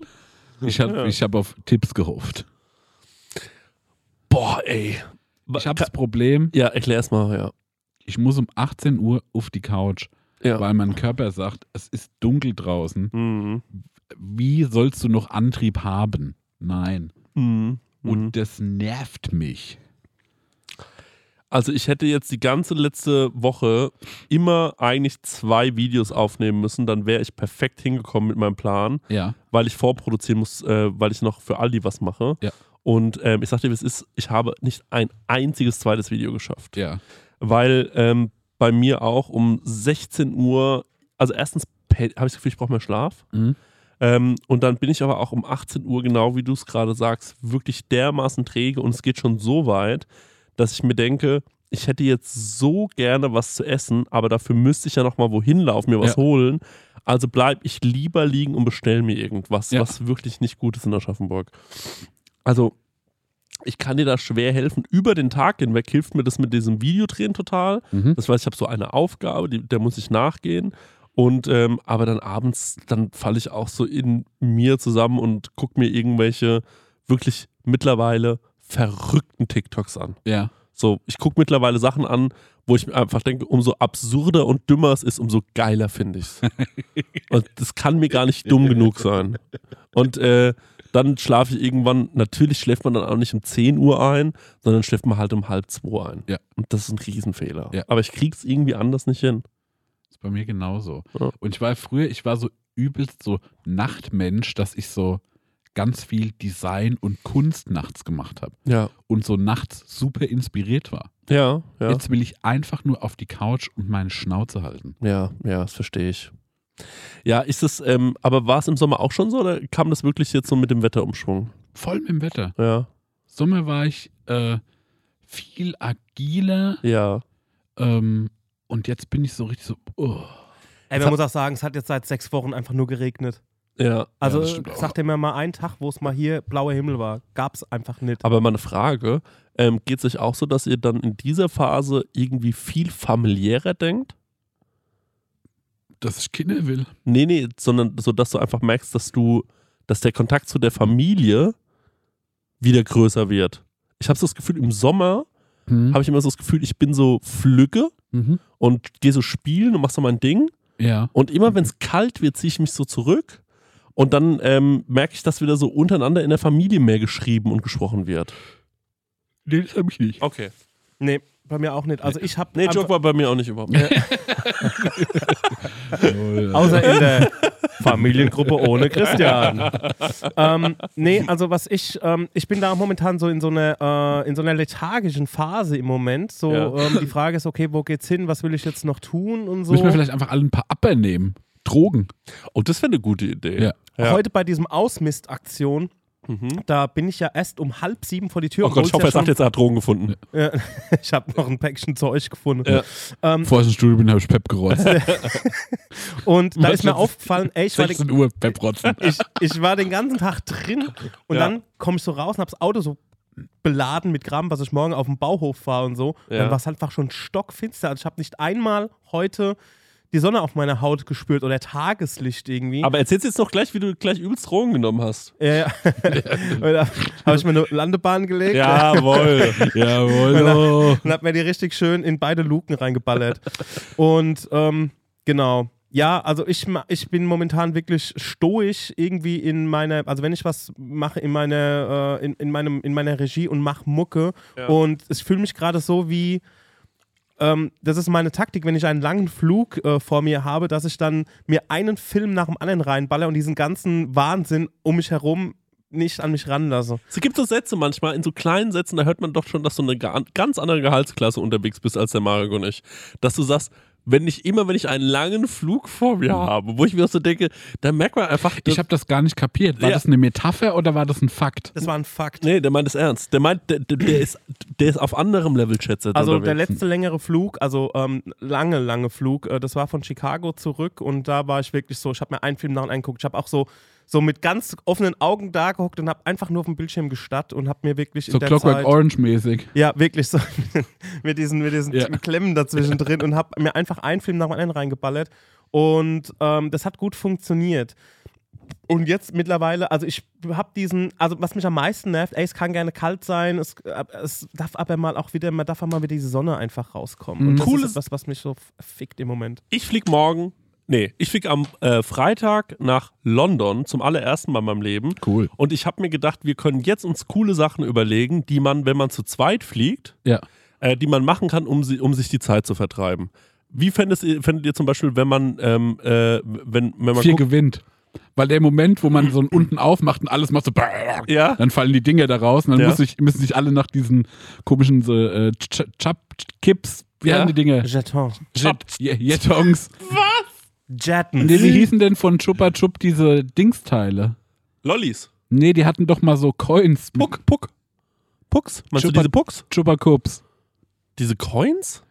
Ich habe ich hab auf Tipps gehofft. Boah, ey. Ich habe das Problem, ja, erklär es mal, ja. ich muss um 18 Uhr auf die Couch, Ja. weil mein Körper sagt, es ist dunkel draußen. Mhm. Wie sollst du noch Antrieb haben? Nein. Mhm. Und das nervt mich. Also ich hätte jetzt die ganze letzte Woche immer eigentlich zwei Videos aufnehmen müssen, dann wäre ich perfekt hingekommen mit meinem Plan, Ja. weil ich vorproduzieren muss, äh, weil ich noch für Aldi was mache. Ja. Und ähm, ich sagte, wie es ist, ich habe nicht ein einziges zweites Video geschafft, Ja. weil ähm, bei mir auch um 16 Uhr, also erstens habe ich das Gefühl, ich brauche mehr Schlaf. Mhm. Ähm, und dann bin ich aber auch um 18 Uhr, genau wie du es gerade sagst, wirklich dermaßen träge und es geht schon so weit, dass ich mir denke, ich hätte jetzt so gerne was zu essen, aber dafür müsste ich ja nochmal wohin laufen, mir was Ja. holen. Also bleib ich lieber liegen und bestell mir irgendwas, Ja. was wirklich nicht gut ist in Aschaffenburg. Also, ich kann dir da schwer helfen. Über den Tag hinweg hilft mir das mit diesem Videodrehen total. Mhm. Das heißt, ich habe so eine Aufgabe, die, der muss ich nachgehen. Und ähm, aber dann abends, dann falle ich auch so in mir zusammen und gucke mir irgendwelche wirklich mittlerweile verrückten TikToks an. Ja. So, ich gucke mittlerweile Sachen an, wo ich mir einfach denke, umso absurder und dümmer es ist, umso geiler finde ich es. und das kann mir gar nicht dumm genug sein. Und äh, dann schlafe ich irgendwann, natürlich schläft man dann auch nicht um 10 Uhr ein, sondern schläft man halt um halb zwei ein. Ja. Und das ist ein Riesenfehler. Ja. Aber ich krieg's irgendwie anders nicht hin. Ist bei mir genauso. Ja. Und ich war früher, ich war so übelst so Nachtmensch, dass ich so ganz viel Design und Kunst nachts gemacht habe Ja. und so nachts super inspiriert war. Ja, ja. Jetzt will ich einfach nur auf die Couch und meine Schnauze halten. Ja, ja, das verstehe ich. Ja, ist es, ähm, aber war es im Sommer auch schon so oder kam das wirklich jetzt so mit dem Wetterumschwung? Voll mit dem Wetter. Ja, Sommer war ich äh, viel agiler ja. ähm, und jetzt bin ich so richtig so. Oh. Ey, man muss auch sagen, es hat jetzt seit sechs Wochen einfach nur geregnet. Ja, Ja, Also das stimmt auch. sagt ihr mir mal einen Tag, wo es mal hier blauer Himmel war. Gab's einfach nicht. aber mal eine Frage. Ähm, Geht es euch auch so, dass ihr dann in dieser Phase irgendwie viel familiärer denkt? Dass ich Kinder will. Nee, nee, sondern so, dass du einfach merkst, dass du, dass der Kontakt zu der Familie wieder größer wird. Ich habe so das Gefühl, im Sommer Hm? habe ich immer so das Gefühl, ich bin so flügge Mhm. und gehe so spielen und mach so mein Ding. Ja. Und immer wenn es kalt wird, ziehe ich mich so zurück. Und dann ähm, merke ich, dass wieder so untereinander in der Familie mehr geschrieben und gesprochen wird. Nee, das habe ich nicht. Okay. Nee, bei mir auch nicht. Also ich habe Nee, Joke war bei mir auch nicht überhaupt. außer in der Familiengruppe ohne Christian. ähm, nee, also was ich, ähm, ich bin da momentan so in so einer, äh, in so einer lethargischen Phase im Moment. So Ja. ähm, die Frage ist, okay, wo geht's hin? Was will ich jetzt noch tun und so. Müssen wir vielleicht einfach alle ein paar Upper nehmen. Drogen. Oh, das wäre eine gute Idee. Ja. Ja. Mhm. Heute bei diesem Ausmistaktion, da bin ich ja erst um halb sieben vor die Tür. Oh Gott, obwohl's ich hoffe, ja er sagt jetzt, er hat Drogen gefunden. schon- Äh, ich habe noch ein Päckchen Zeug gefunden. Ähm, Ja. Bevor ich ins Studio bin, habe ich Pep gerotzt. Und da ist mir Letztens- aufgefallen, ey, ich war den 16 Uhr Pep rotzen. ich, ich war den ganzen Tag drin und Ja. dann komme ich so raus und habe das Auto so beladen mit Gramm, was ich morgen auf dem Bauhof fahre und so. Ja. Dann war es einfach schon stockfinster. Also ich habe nicht einmal heute die Sonne auf meiner Haut gespürt oder Tageslicht irgendwie. Aber erzählst jetzt noch gleich, wie du gleich übelst Drogen genommen hast. ja, ja. da habe ich mir eine Landebahn gelegt Jawohl. Jawohl. und habe mir die richtig schön in beide Luken reingeballert. und ähm, genau. Ja, also ich, ma- ich bin momentan wirklich stoisch irgendwie in meiner, also wenn ich was mache in meiner, äh, in, in, meinem, in meiner Regie und mache Mucke und ich fühle mich gerade so wie, ähm, das ist meine Taktik, wenn ich einen langen Flug äh, vor mir habe, dass ich dann mir einen Film nach dem anderen reinballer und diesen ganzen Wahnsinn um mich herum nicht an mich ranlasse. Es gibt so Sätze manchmal, in so kleinen Sätzen, da hört man doch schon, dass du eine ga- ganz andere Gehaltsklasse unterwegs bist als der Marek und ich. Dass du sagst, wenn ich immer, wenn ich einen langen Flug vor mir habe, wo ich mir auch so denke, da merkt man einfach, Ich habe das gar nicht kapiert. War Ja. das eine Metapher oder war das ein Fakt? Das war ein Fakt. nee, der meint es ernst. Der meint, der, der, der, ist, der ist auf anderem Level, schätze Also der letzte längere Flug, also ähm, lange, lange Flug, äh, das war von Chicago zurück und da war ich wirklich so, ich habe mir einen Film nach und angeguckt, ich habe auch so, so mit ganz offenen Augen da geguckt und habe einfach nur auf dem Bildschirm gestarrt und habe mir wirklich So in der Clockwork Zeit... Orange mäßig. Ja, wirklich so. mit diesen, mit diesen Ja. Klemmen dazwischen drin und habe mir einfach einen Film nach dem anderen reingeballert. Und ähm, das hat gut funktioniert. Und jetzt mittlerweile, also ich habe diesen, also was mich am meisten nervt, ey, es kann gerne kalt sein, es, äh, es darf aber mal auch wieder, man darf auch mal wieder diese Sonne einfach rauskommen. Mhm. Und das Cooles- ist etwas, was mich so f- fickt im Moment. ich flieg morgen, nee, ich flieg am äh, Freitag nach London zum allerersten Mal in meinem Leben. Cool. Und ich habe mir gedacht, wir können jetzt uns coole Sachen überlegen, die man, wenn man zu zweit fliegt, Ja. äh, die man machen kann, um, sie, um sich die Zeit zu vertreiben. Wie fändet ihr, fändet ihr zum Beispiel, wenn man, ähm, äh, wenn, wenn man Vier guckt, gewinnt. Weil der Moment, wo man so einen unten aufmacht und alles macht so, Ja. dann fallen die Dinger da raus und dann Ja. muss ich, müssen sich alle nach diesen komischen so, äh, Ch- Chap Kips, wie Ja. heißen die Dinger? Jeton. Jet- Je- Jetons. Jetten. Nee, wie hießen denn von Chupa Chup diese Dingsteile? Lollis, Nee, die hatten doch mal so Coins. Puck, Puck, Pucks, meinst du Chupa- diese Pucks? Chupa Cups. Diese Coins?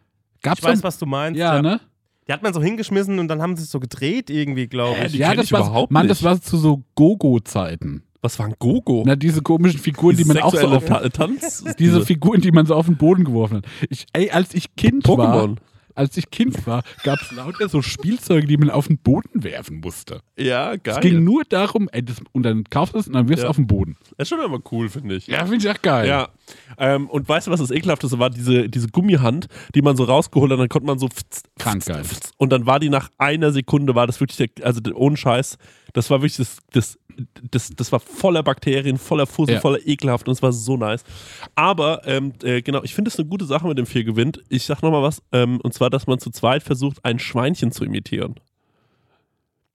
Gab's Ich weiß, so- was du meinst. ja, ne? Die hat man so hingeschmissen und dann haben sie es so gedreht irgendwie, glaube Hä, ich. die ja, kenn das ich war, überhaupt Mann, nicht. das war zu so Gogo-Zeiten. Was war ein Gogo? Na, diese komischen Figuren, die man auch so Sexuelle auf, Ta Tanz? diese Figuren, die man so auf den Boden geworfen hat. Ich, ey, als ich Kind Pokémon. war, als ich Kind war, gab es lauter so Spielzeuge, die man auf den Boden werfen musste. Ja, geil. Es ging nur darum, ey, das, und dann kaufst du es und dann wirfst du Ja. es auf den Boden. das ist schon immer cool, finde ich. Ja, finde ich auch geil. Ja. Ähm, und weißt du, was das Ekelhafteste war? Diese, diese Gummihand, die man so rausgeholt hat, dann konnte man so pfz, Krank geil. und dann war die nach einer Sekunde, war das wirklich, der, also der, ohne Scheiß, das war wirklich, das, das, das, das war voller Bakterien, voller Fussel, Ja. voller ekelhaft und es war so nice. Aber, ähm, äh, genau, ich finde es eine gute Sache mit dem vier gewinnt. Ich sag nochmal was, ähm, und zwar, dass man zu zweit versucht, ein Schweinchen zu imitieren.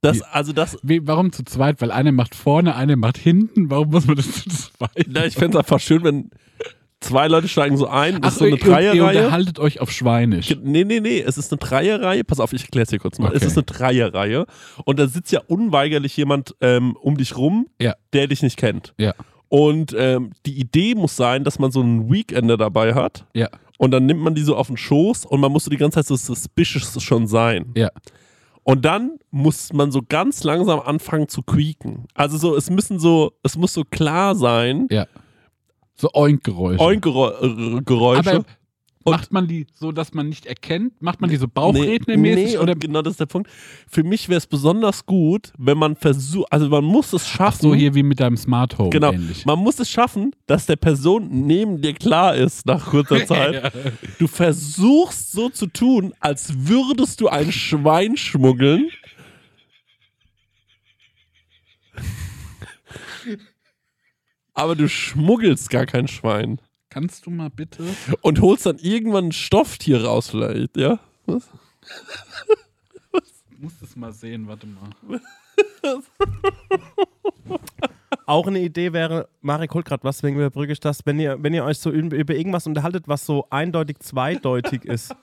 Das, Ja. also das, Wie, warum zu zweit? Weil einer macht vorne, einer macht hinten. Warum muss man das zu zweit? na, ich fände es einfach schön, wenn zwei Leute steigen so ein, das ist so eine ihr- ihr- Ihr Dreierreihe. unterhaltet euch auf Schweinisch. Ge- Nee, nee, nee, es ist eine Dreierreihe. Pass auf, ich erklär's dir kurz mal. Es Okay. ist eine Dreierreihe und da sitzt ja unweigerlich jemand ähm, um dich rum, Ja. der dich nicht kennt. Ja, Und ähm, die Idee muss sein, dass man so einen Weekender dabei hat ja, und dann nimmt man die so auf den Schoß und man muss so die ganze Zeit so suspicious schon sein. ja. Und dann muss man so ganz langsam anfangen zu quieken. Also so, es müssen so, es muss so klar sein, äh, Ja. So Oink-Geräusche. Oink-Geräusche. Aber macht man die so, dass man nicht erkennt? Macht man die so bauchrednermäßig? Nee, nee, oder und genau das ist der Punkt. Für mich wäre es besonders gut, wenn man versucht, also man muss es ach schaffen. so, hier wie mit deinem Smart Home genau, ähnlich. man muss es schaffen, dass der Person neben dir klar ist nach kurzer Zeit. Du versuchst so zu tun, als würdest du ein Schwein schmuggeln. Aber du schmuggelst gar kein Schwein Kannst du mal bitte? und holst dann irgendwann ein Stofftier raus vielleicht, ja? Was? Ich muss das mal sehen, warte mal. Auch eine Idee wäre, Marek holt gerade was, deswegen überbrücke ich das, wenn ihr, wenn ihr euch so über über irgendwas unterhaltet, was so eindeutig zweideutig ist.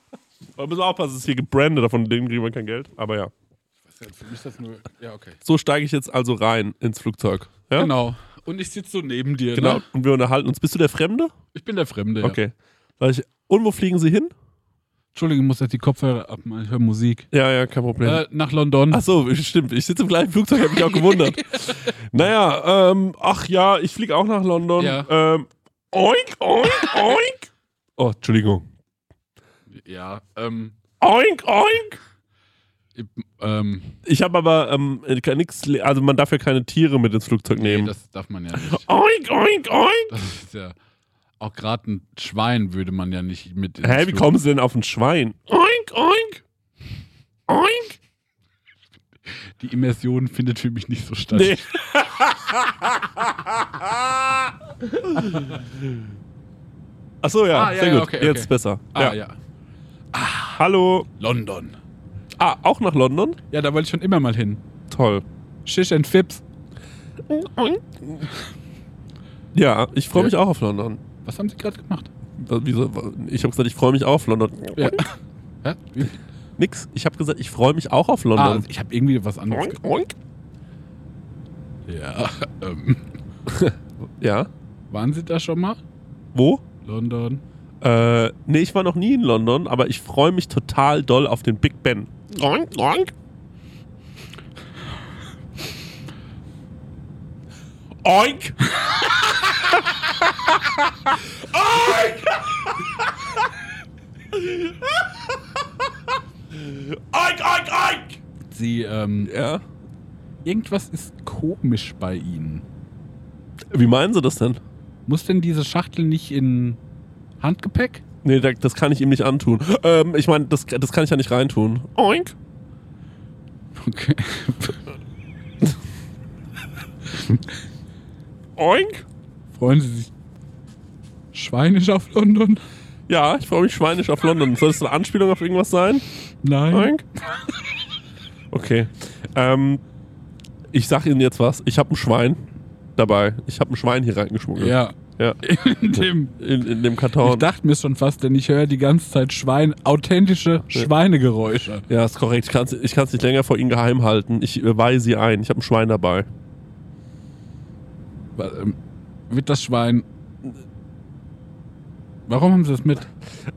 Man muss aufpassen, es ist hier gebrandet, davon denen kriegen wir kein Geld. Aber ja. Für mich ist das nur. Ja, okay. So steige ich jetzt also rein ins Flugzeug. Ja? Genau. Und ich sitze so neben dir. Genau. Ne? Und wir unterhalten uns. Bist du der Fremde? Ich bin der Fremde. Ja. Okay. Sag ich, und wo fliegen sie hin? Entschuldigung, ich muss jetzt die Kopfhörer abmachen. Ich höre Musik. Ja, ja, kein Problem. Äh, nach London. Ach so, stimmt. Ich sitze im gleichen Flugzeug, habe mich auch gewundert. naja, ähm, ach ja, ich fliege auch nach London. Ja. Ähm, oink, oink, oink. Oh, Entschuldigung. Ja. Ähm, Oink, oink. ich- ähm, Ich habe aber ähm, kann nix, le- also man darf ja keine Tiere mit ins Flugzeug nee, nehmen. das darf man ja nicht. oink, oink, oink. Das ist ja. Auch gerade ein Schwein würde man ja nicht mit. ins Hä, wie Flug- kommen sie denn auf ein Schwein? Oink, oink. Oink. Die Immersion findet für mich nicht so statt. Nee. Ach so, ja, Ah, ja, sehr ja, gut. okay, okay. Jetzt besser. Ah, ja. ja. Hallo. London. Ah, auch nach London? Ja, da wollte ich schon immer mal hin. Toll. Shish and Fips. Ja, ich freue mich auch auf London. Was haben sie gerade gemacht? Wieso? Ich habe gesagt, ich freue mich auch auf London. Ja. Hä? Wie- Nix. Ich habe gesagt, ich freue mich auch auf Ah, London. ich habe irgendwie was anderes. oink, oink. ge- Ja. Ähm, Ja. waren sie da schon mal? Wo? London. Äh, nee, ich war noch nie in London, aber ich freue mich total doll auf den Big Ben. Oink, oink. Oink. oink. oink, oink, oink. Sie, ähm, Ja. irgendwas ist komisch bei ihnen. Wie meinen Sie das denn? Muss denn diese Schachtel nicht in Handgepäck? Nee, da- das kann ich ihm nicht antun. Ähm, ich meine, das, das kann ich ja nicht reintun. Oink. Okay. Oink. Freuen Sie sich schweinisch auf London? Ja, ich freue mich schweinisch auf London. Soll das eine Anspielung auf irgendwas sein? Nein. Oink. Okay. Ähm, ich sag Ihnen jetzt was. Ich habe ein Schwein dabei. Ich habe ein Schwein hier reingeschmuggelt. Ja. Ja. In dem. In, in dem Ich Karton. dachte mir schon fast, denn ich höre die ganze Zeit Schwein, authentische Schweinegeräusche. Ja, ist korrekt. Ich kann es ich kann's nicht länger vor Ihnen geheim halten. Ich äh, weihe Sie ein. Ich habe ein Schwein dabei. Wa- ähm, Wird das Schwein. Warum haben sie das mit?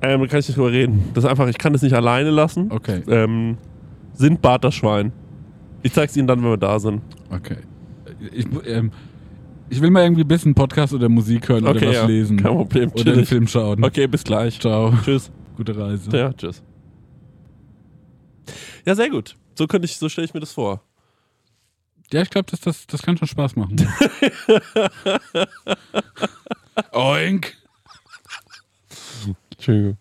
Ähm, da kann ich nicht drüber reden. Das ist einfach, ich kann das nicht alleine lassen. Okay, Ähm, Sindbad das Schwein. Ich zeig's Ihnen dann, wenn wir da sind. okay. Ich, mu- ähm, ich will mal irgendwie ein bisschen Podcast oder Musik hören Okay, oder was ja. lesen. Kein Problem. Oder einen Chillig. Film schauen. Okay, bis gleich. Mhm. Ciao. Tschüss. Gute Reise. Ja, tschüss. Ja, sehr gut. So könnte ich, so stelle ich mir das vor. Ja, ich glaube, das, das, das kann schon Spaß machen. Oink. Entschuldigung.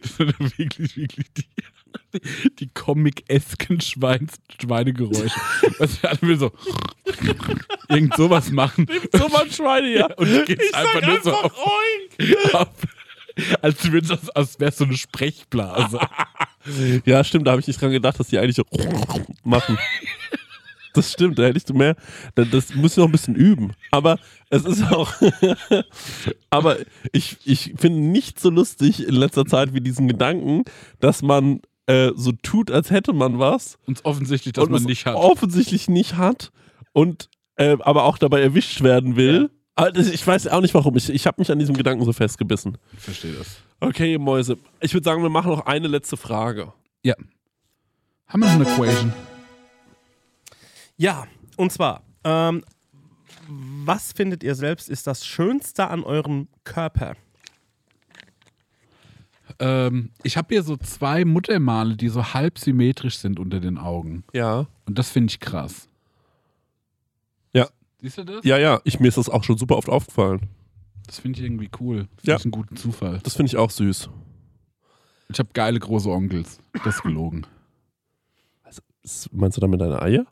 Das sind wirklich, wirklich die, die Comic-esken Schweins, Schweinegeräusche. Was wir alle will so irgend sowas machen. So waren Schweine, ja. Und du gehst einfach nur so auf- oink. ab. Als, würd's- als, als wäre es so eine Sprechblase. Ja, stimmt, da habe ich nicht dran gedacht, dass die eigentlich so machen. Das stimmt, da hättest du mehr. da- Das muss ich noch ein bisschen üben. Aber es ist auch. aber ich, ich finde nicht so lustig in letzter Zeit wie diesen Gedanken, dass man äh, so tut, als hätte man was Uns offensichtlich, dass und man es nicht hat. offensichtlich nicht hat und äh, aber auch dabei erwischt werden will. Aber das- ich weiß auch nicht warum. Ich, ich habe mich an diesem Gedanken so festgebissen. Ich verstehe das. Okay, ihr Mäuse. Ich würde sagen, wir machen noch eine letzte Frage. Ja. Haben wir noch eine Equation? Ja, und zwar, ähm, was findet ihr selbst ist das Schönste an eurem Körper? Ähm, ich habe hier so zwei Muttermale, die so halb symmetrisch sind unter den Augen. Ja. Und das finde ich krass. Ja. Siehst du das? Ja, ja. Ich, mir ist das auch schon super oft aufgefallen. Das finde ich irgendwie cool. Finde Ja. ich einen guten Zufall. Das finde ich auch süß. Ich habe geile große Onkels. Das ist gelogen. S- Meinst du damit deine Eier?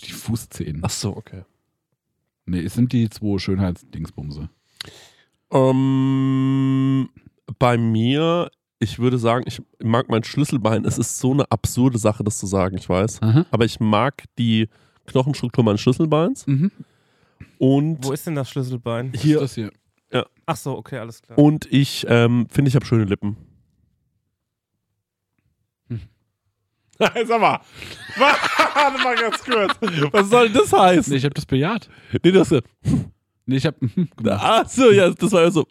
Die Fußzehen. Ach so, okay. Nee, es sind die zwei Schönheitsdingsbumse. Ähm, bei mir, ich würde sagen, ich mag mein Schlüsselbein. Es ist so eine absurde Sache, das zu sagen, ich weiß. Aha. Aber ich mag die Knochenstruktur meines Schlüsselbeins. Mhm. Und Wo ist denn das Schlüsselbein? Hier. Das hier. Ach so, okay, alles klar. Und ich ähm, finde, ich habe schöne Lippen. Hm. Sag mal. Warte mal ganz kurz. Was soll denn das heißen? Nee, ich habe das bejaht. Nee, das, Nee, ich habe gemacht. ach so, ja, das war ja so.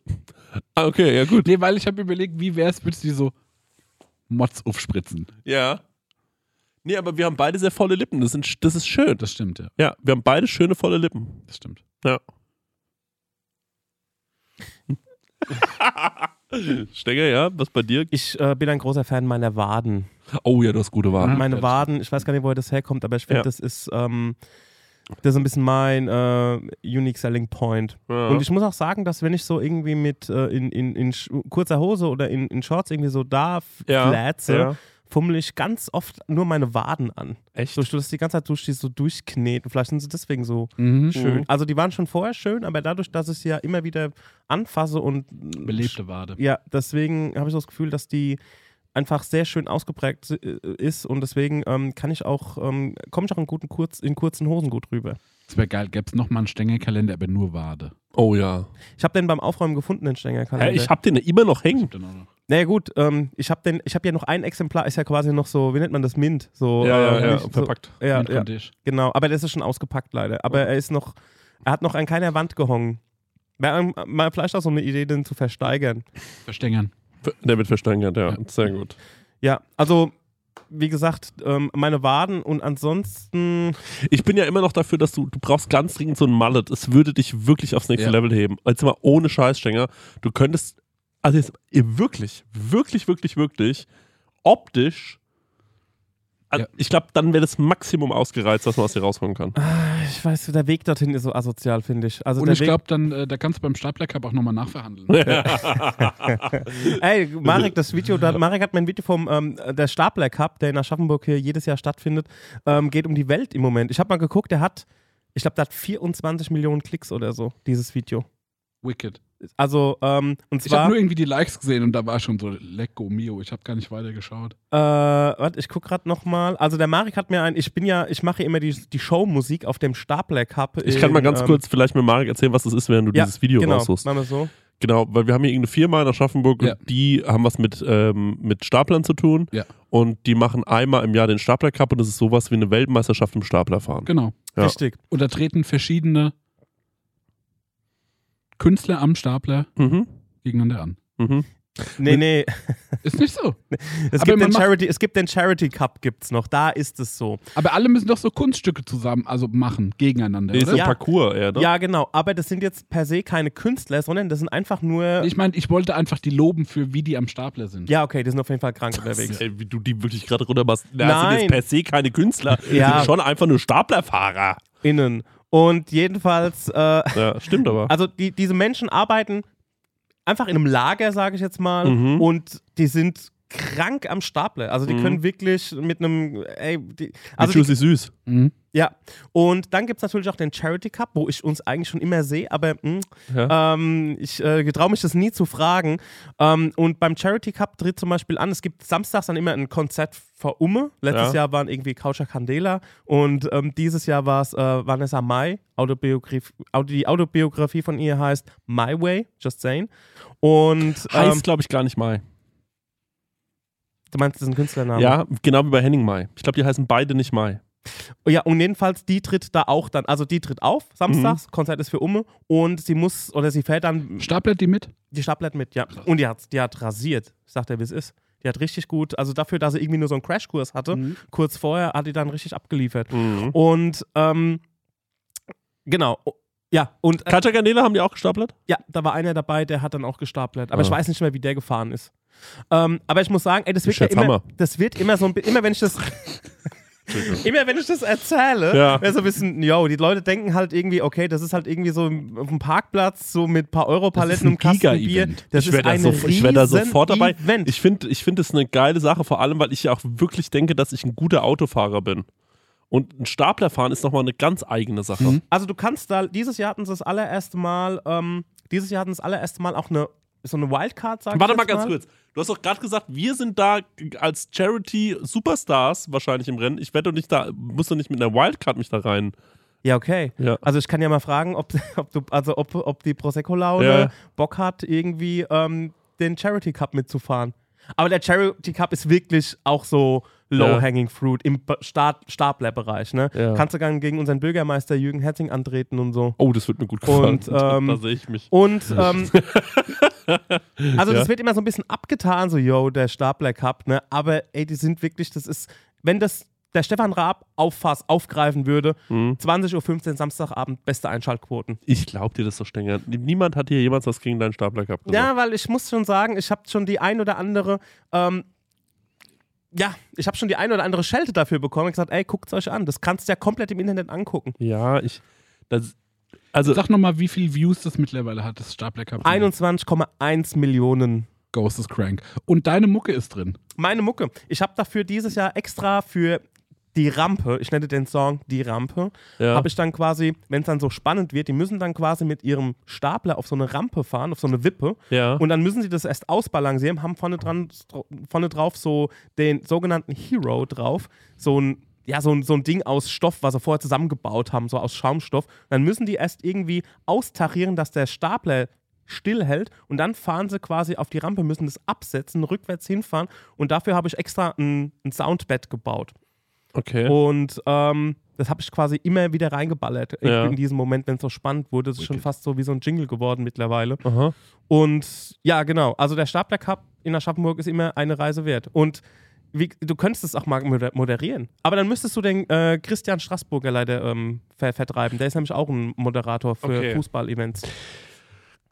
Ah, okay, ja gut. Nee, weil ich habe überlegt, wie wär's, würdest du die so Mods aufspritzen? Ja. Nee, aber wir haben beide sehr volle Lippen. Das, sind, sch- das ist schön. Das stimmt, ja. Ja, wir haben beide schöne volle Lippen. Das stimmt. Ja. Stecker, ja, was bei dir? Ich äh, bin ein großer Fan meiner Waden. Oh ja, du hast gute Wahl. Ja. Meine Gott. Waden, ich weiß gar nicht, woher das herkommt, aber ich finde, Ja. das ist ähm, das ist ein bisschen mein äh, Unique Selling Point. Ja. Und ich muss auch sagen, dass wenn ich so irgendwie mit äh, in, in, in sch- kurzer Hose oder in, in Shorts irgendwie so da Ja, ja. flatze, ja. fummel ich ganz oft nur meine Waden an. Echt? So, ich tu das die ganze Zeit durch, die so durchkneten. Vielleicht sind sie deswegen so Mhm. Mhm. schön. Also die waren schon vorher schön, aber dadurch, dass ich sie ja immer wieder anfasse und Belebte Wade. ja, deswegen habe ich so das Gefühl, dass die einfach sehr schön ausgeprägt si- äh, ist und deswegen ähm, kann ich auch, ähm, komme ich auch in, guten Kurz, in kurzen Hosen gut rüber. Das wäre geil, gäbe es nochmal einen Stängelkalender, aber nur Wade. Oh ja. Ich habe den beim Aufräumen gefunden, den Stängerkalender. Hä, ich hab den ja immer noch hängen. Dann auch noch. naja gut, ähm, ich habe den, ich habe ja noch ein Exemplar, ist ja quasi noch so, wie nennt man das, Mint? So, äh, nicht, verpackt. So, ja, Mit ja, Kondisch. genau, aber der ist ja schon ausgepackt leider, aber er ist noch, er hat noch an keiner Wand gehongen. Wäre ähm, mal vielleicht auch so eine Idee, den zu versteigern. Verstängern. Der wird versteigert, ja. Sehr gut. Ja, also wie gesagt, ähm, meine Waden und ansonsten Ich bin ja immer noch dafür, dass du, du brauchst ganz dringend so ein Mallet. Es würde dich wirklich aufs nächste Ja. Level heben. Jetzt mal ohne Scheißstänger. Du könntest, also jetzt ihr wirklich, wirklich, wirklich, wirklich, optisch, also Ja. ich glaube, dann wäre das Maximum ausgereizt, was man aus dir rausholen kann. ich weiß, der Weg dorthin ist so asozial, finde ich. Also Und der ich Weg, glaube, dann äh, da kannst du beim Stapler Cup auch nochmal nachverhandeln. ey, Marek, das Video, da, Marek hat mein Video vom ähm, der Stapler Cup, der in Aschaffenburg hier jedes Jahr stattfindet, ähm, geht um die Welt im Moment. Ich habe mal geguckt, der hat, ich glaube, der hat 24 Millionen Klicks oder so dieses Video. Wicked. Also ähm, und Ich habe zwar, nur irgendwie die Likes gesehen und da war schon so Lecco Mio. Ich habe gar nicht weitergeschaut. äh, warte, ich guck gerade noch mal. Also der Marek hat mir ein, ich bin ja, ich mache immer die, die Showmusik auf dem Stapler Cup. Ich kann mal in, ganz ähm, kurz vielleicht mit Marek erzählen, was das ist, während du ja, dieses Video genau, raussuchst. Machen wir so. Genau, weil wir haben hier irgendeine Firma in Aschaffenburg Ja. und die haben was mit, ähm, mit Staplern zu tun. Ja. Und die machen einmal im Jahr den Stapler Cup und das ist sowas wie eine Weltmeisterschaft im Staplerfahren. Genau. Ja. Richtig. Und da treten verschiedene Künstler am Stapler Mhm. gegeneinander an. Mhm. Nee, nee. Ist nicht so. Es Aber gibt, man den macht- Charity, es gibt den Charity Cup, gibt's noch. Da ist es so. Aber alle müssen doch so Kunststücke zusammen, also machen, gegeneinander, Nee, ist oder? so Ja. Parcours eher, ne? Ja, genau. Aber das sind jetzt per se keine Künstler, sondern das sind einfach nur. Ich meine, ich wollte einfach die loben für, wie die am Stapler sind. ja, okay, die sind auf jeden Fall krank unterwegs. Ey, wie du die wirklich gerade runtermachst. Na, Nein. sind jetzt per se keine Künstler. Ja. Sind schon einfach nur Staplerfahrer. Innen. Und jedenfalls, äh, Ja, stimmt aber. also die, diese Menschen arbeiten einfach in einem Lager, sage ich jetzt mal, Mhm. und die sind krank am Stapler. Also die Mhm. können wirklich mit einem, ey, die, Also also die, Juicy Süß. Mhm. ja. Und dann gibt es natürlich auch den Charity Cup, wo ich uns eigentlich schon immer sehe, aber hm, mh, Ja. Ähm, ich äh, traue mich das nie zu fragen. Ähm, und beim Charity Cup tritt zum Beispiel an, es gibt samstags dann immer ein Konzert vor Umme. Letztes Ja. Jahr waren irgendwie Coucher Candela und ähm, dieses Jahr war es äh, Vanessa Mai. Autobiograf Auto, die Autobiografie von ihr heißt My Way, just saying. Und ähm, Heißt, glaube ich, gar nicht Mai. du meinst, das ist ein Künstlername? Ja, genau wie bei Henning Mai. Ich glaube, die heißen beide nicht Mai. Ja, und jedenfalls, die tritt da auch dann, also die tritt auf Mhm. samstags, Konzert ist für Umme und sie muss, oder sie fällt dann Stapler die mit? Die Stabblatt mit, ja. Und die hat, die hat rasiert. Ich sag dir, wie es ist. Die hat richtig gut, also dafür, dass sie irgendwie nur so einen Crashkurs hatte, Mhm. kurz vorher, hat die dann richtig abgeliefert. Und, ähm, genau. O- Ja, und äh, Katja Garnele haben die auch gestapelt? ja, da war einer dabei, der hat dann auch gestapelt. Aber ich Ah. weiß nicht mehr, wie der gefahren ist. Ähm, aber ich muss sagen, ey, das wird ja Scherz, immer, Hammer. das wird immer so ein bi- immer wenn ich das. Immer wenn ich das erzähle, Ja. wäre so ein bisschen, yo, die Leute denken halt irgendwie, okay, das ist halt irgendwie so im- auf dem Parkplatz, so mit ein paar Europaletten und Das ist ein Kastenbier. Giga-Event. Das ich wäre ist da, ein so, ich wär da sofort dabei. Riesen-Event. Ich finde ich find das eine geile Sache, vor allem, weil ich ja auch wirklich denke, dass ich ein guter Autofahrer bin. Und ein Staplerfahren ist nochmal eine ganz eigene Sache. Mhm. Also du kannst da, dieses Jahr hatten sie das allererste Mal, ähm, dieses Jahr hatten sie das allererste Mal auch eine so eine Wildcard, sag ich Warte jetzt mal ganz kurz. Du hast doch gerade gesagt, wir sind da als Charity Superstars wahrscheinlich im Rennen. Ich wette nicht da, musst du nicht mit einer Wildcard mich da rein. Ja, okay. Ja. Also ich kann ja mal fragen, ob, ob, du, also ob, ob die Prosecco-Laune Ja. Bock hat, irgendwie ähm, den Charity Cup mitzufahren. Aber der Charity Cup ist wirklich auch so low-hanging fruit im Be- Stab Stabler-Bereich. Ne? Ja. Kannst du dann gegen unseren Bürgermeister Jürgen Herzing antreten und so. Oh, das wird mir gut gefallen. Und, ähm, da sehe ich mich. Und ähm, also das Ja. wird immer so ein bisschen abgetan, so yo, der Stapler Cup, ne? Aber ey, die sind wirklich, das ist, wenn das der Stefan Raab auf Fass aufgreifen würde, 20.15 Uhr Samstagabend, beste Einschaltquoten. Ich glaub dir das doch, Stenger. Niemand hat hier jemals was gegen deinen Stapler gehabt. Ja, weil ich muss schon sagen, ich habe schon die ein oder andere, ähm, ja, ich habe schon die ein oder andere Schelte dafür bekommen. Ich gesagt, ey, guckt's euch an, das kannst du ja komplett im Internet angucken. Ja, ich. Das, also, Sag nochmal, wie viel Views das mittlerweile hat, das Stapler Cup. 21,1 Millionen Ghost is Crank. Und deine Mucke ist drin. Meine Mucke. Ich habe dafür dieses Jahr extra für die Rampe, ich nenne den Song Die Rampe, Ja. habe ich dann quasi, wenn es dann so spannend wird, die müssen dann quasi mit ihrem Stapler auf so eine Rampe fahren, auf so eine Wippe. ja. Und dann müssen sie das erst ausbalancieren, haben vorne, dran, vorne drauf so den sogenannten Hero drauf, so ein, ja, so ein, so ein Ding aus Stoff, was sie vorher zusammengebaut haben, so aus Schaumstoff. Dann müssen die erst irgendwie austarieren, dass der Stapler stillhält und dann fahren sie quasi auf die Rampe, müssen das absetzen, rückwärts hinfahren und dafür habe ich extra ein, ein Soundbett gebaut. okay. Und ähm, das habe ich quasi immer wieder reingeballert Ja. in diesem Moment, wenn es so spannend wurde. Das ist schon fast so wie so ein Jingle geworden mittlerweile. Aha. Und ja, genau. Also der Stapler Cup in Aschaffenburg ist immer eine Reise wert. Und wie, du könntest es auch mal moder- moderieren. Aber dann müsstest du den äh, Christian Straßburger leider ähm, ver vertreiben. Der ist nämlich auch ein Moderator für Okay. Fußball-Events.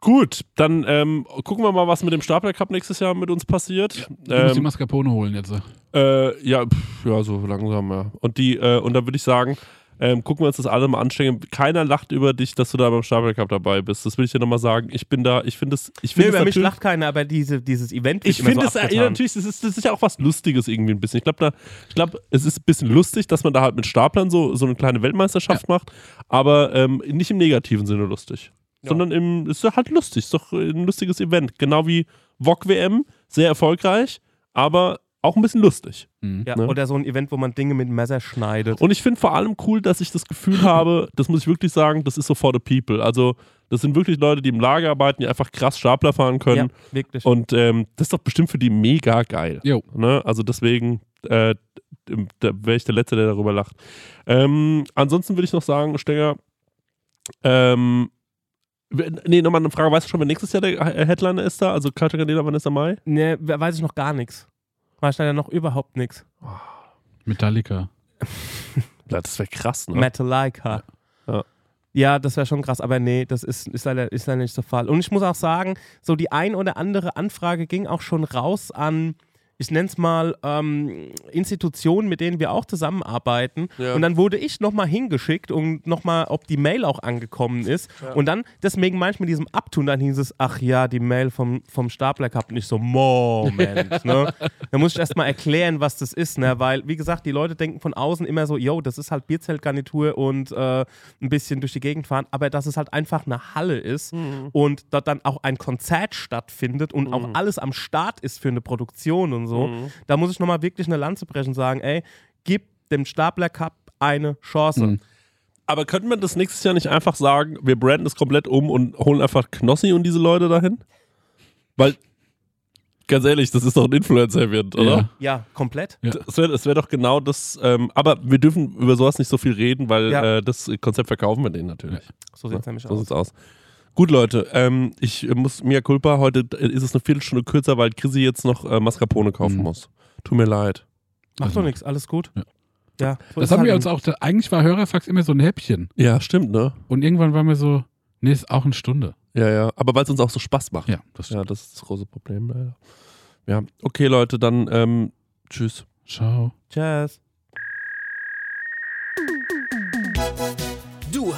Gut, dann ähm, gucken wir mal, was mit dem Stapler Cup nächstes Jahr mit uns passiert. Du musst die ähm, Mascarpone holen jetzt. äh, ja, pff, ja, so langsam, ja. Und die, äh, und dann würde ich sagen, ähm, gucken wir uns das alle mal anstrengen. Keiner lacht über dich, dass du da beim Stapler Cup dabei bist. Das will ich dir nochmal sagen. Ich bin da, ich finde es, ich Nee, finde über es mich natürlich- lacht keiner, aber diese, dieses Event wird Ich äh, immer finde es so ja, abgetan. natürlich, das ist, das ist ja auch was Lustiges irgendwie ein bisschen. Ich glaube, da, ich glaube, es ist ein bisschen lustig, dass man da halt mit Staplern so, so eine kleine Weltmeisterschaft macht, aber ähm, nicht im negativen Sinne lustig. Sondern im, es ist halt lustig, ist doch ein lustiges Event. Genau wie VOG WM, sehr erfolgreich, aber auch ein bisschen lustig. Hm. Ja, ne? Oder so ein Event, wo man Dinge mit dem Messer schneidet. Und ich finde vor allem cool, dass ich das Gefühl habe, das muss ich wirklich sagen, das ist so for the people. Also, das sind wirklich Leute, die im Lager arbeiten, die einfach krass Stapler fahren ja, können. wirklich. Und ähm, das ist doch bestimmt für die mega geil. Jo. Ne? Also deswegen äh, d- da wäre ich der Letzte, der darüber lacht. Ähm, ansonsten würde ich noch sagen, Stenger, ähm, w- nee, nochmal eine Frage, weißt du schon, wer nächstes Jahr der He- Headliner ist da? Also Katja Candela, wann ist der Mai? ne, we- weiß ich noch gar nichts. Weiß leider noch überhaupt nichts. Metallica. Ja, das wäre krass, ne? Metallica. Ja. Ja, das wäre schon krass, aber nee, das ist, ist, leider, ist leider nicht so Fall. Und ich muss auch sagen, so die ein oder andere Anfrage ging auch schon raus an, ich nenne es mal, ähm, Institutionen, mit denen wir auch zusammenarbeiten. Ja. Und dann wurde ich nochmal hingeschickt und nochmal, ob die Mail auch angekommen ist. Und dann, deswegen manchmal diesem Abtun, dann hieß es, ach ja, die Mail vom, vom Stapler Cup. Nicht so, Moment. ne? Da muss ich erstmal erklären, was das ist, ne? weil, wie gesagt, die Leute denken von außen immer so, yo, das ist halt Bierzeltgarnitur und äh, ein bisschen durch die Gegend fahren, aber dass es halt einfach eine Halle ist und dort dann auch ein Konzert stattfindet und auch alles am Start ist für eine Produktion und so, da muss ich nochmal wirklich eine Lanze brechen und sagen, ey, gib dem Stapler Cup eine Chance. Mhm. Aber könnten wir das nächstes Jahr nicht einfach sagen, wir branden es komplett um und holen einfach Knossi und diese Leute dahin? Weil, ganz ehrlich, das ist doch ein Influencer-Event, oder? Ja. Ja, komplett. Es wäre wär doch genau das, ähm, aber wir dürfen über sowas nicht so viel reden, weil Ja. äh, das Konzept verkaufen wir denen natürlich. So sieht es nämlich So aus. sieht's aus. Gut, Leute, ähm, ich äh, muss Mia Culpa, heute ist es eine Viertelstunde kürzer, weil Chrissy jetzt noch äh, Mascarpone kaufen Mhm. muss. Tut mir leid. Macht doch nichts, alles gut. Ja. Ja. so ist Das haben halt wir uns auch, da- eigentlich war Hörerfax immer so ein Häppchen. Ja, stimmt, ne? Und irgendwann waren wir so, nee, ist auch eine Stunde. Ja, ja. Aber weil es uns auch so Spaß macht. Ja, das Ja, das ist das große Problem, leider. Ja, okay, Leute, dann ähm, tschüss. Ciao. Tschüss. Du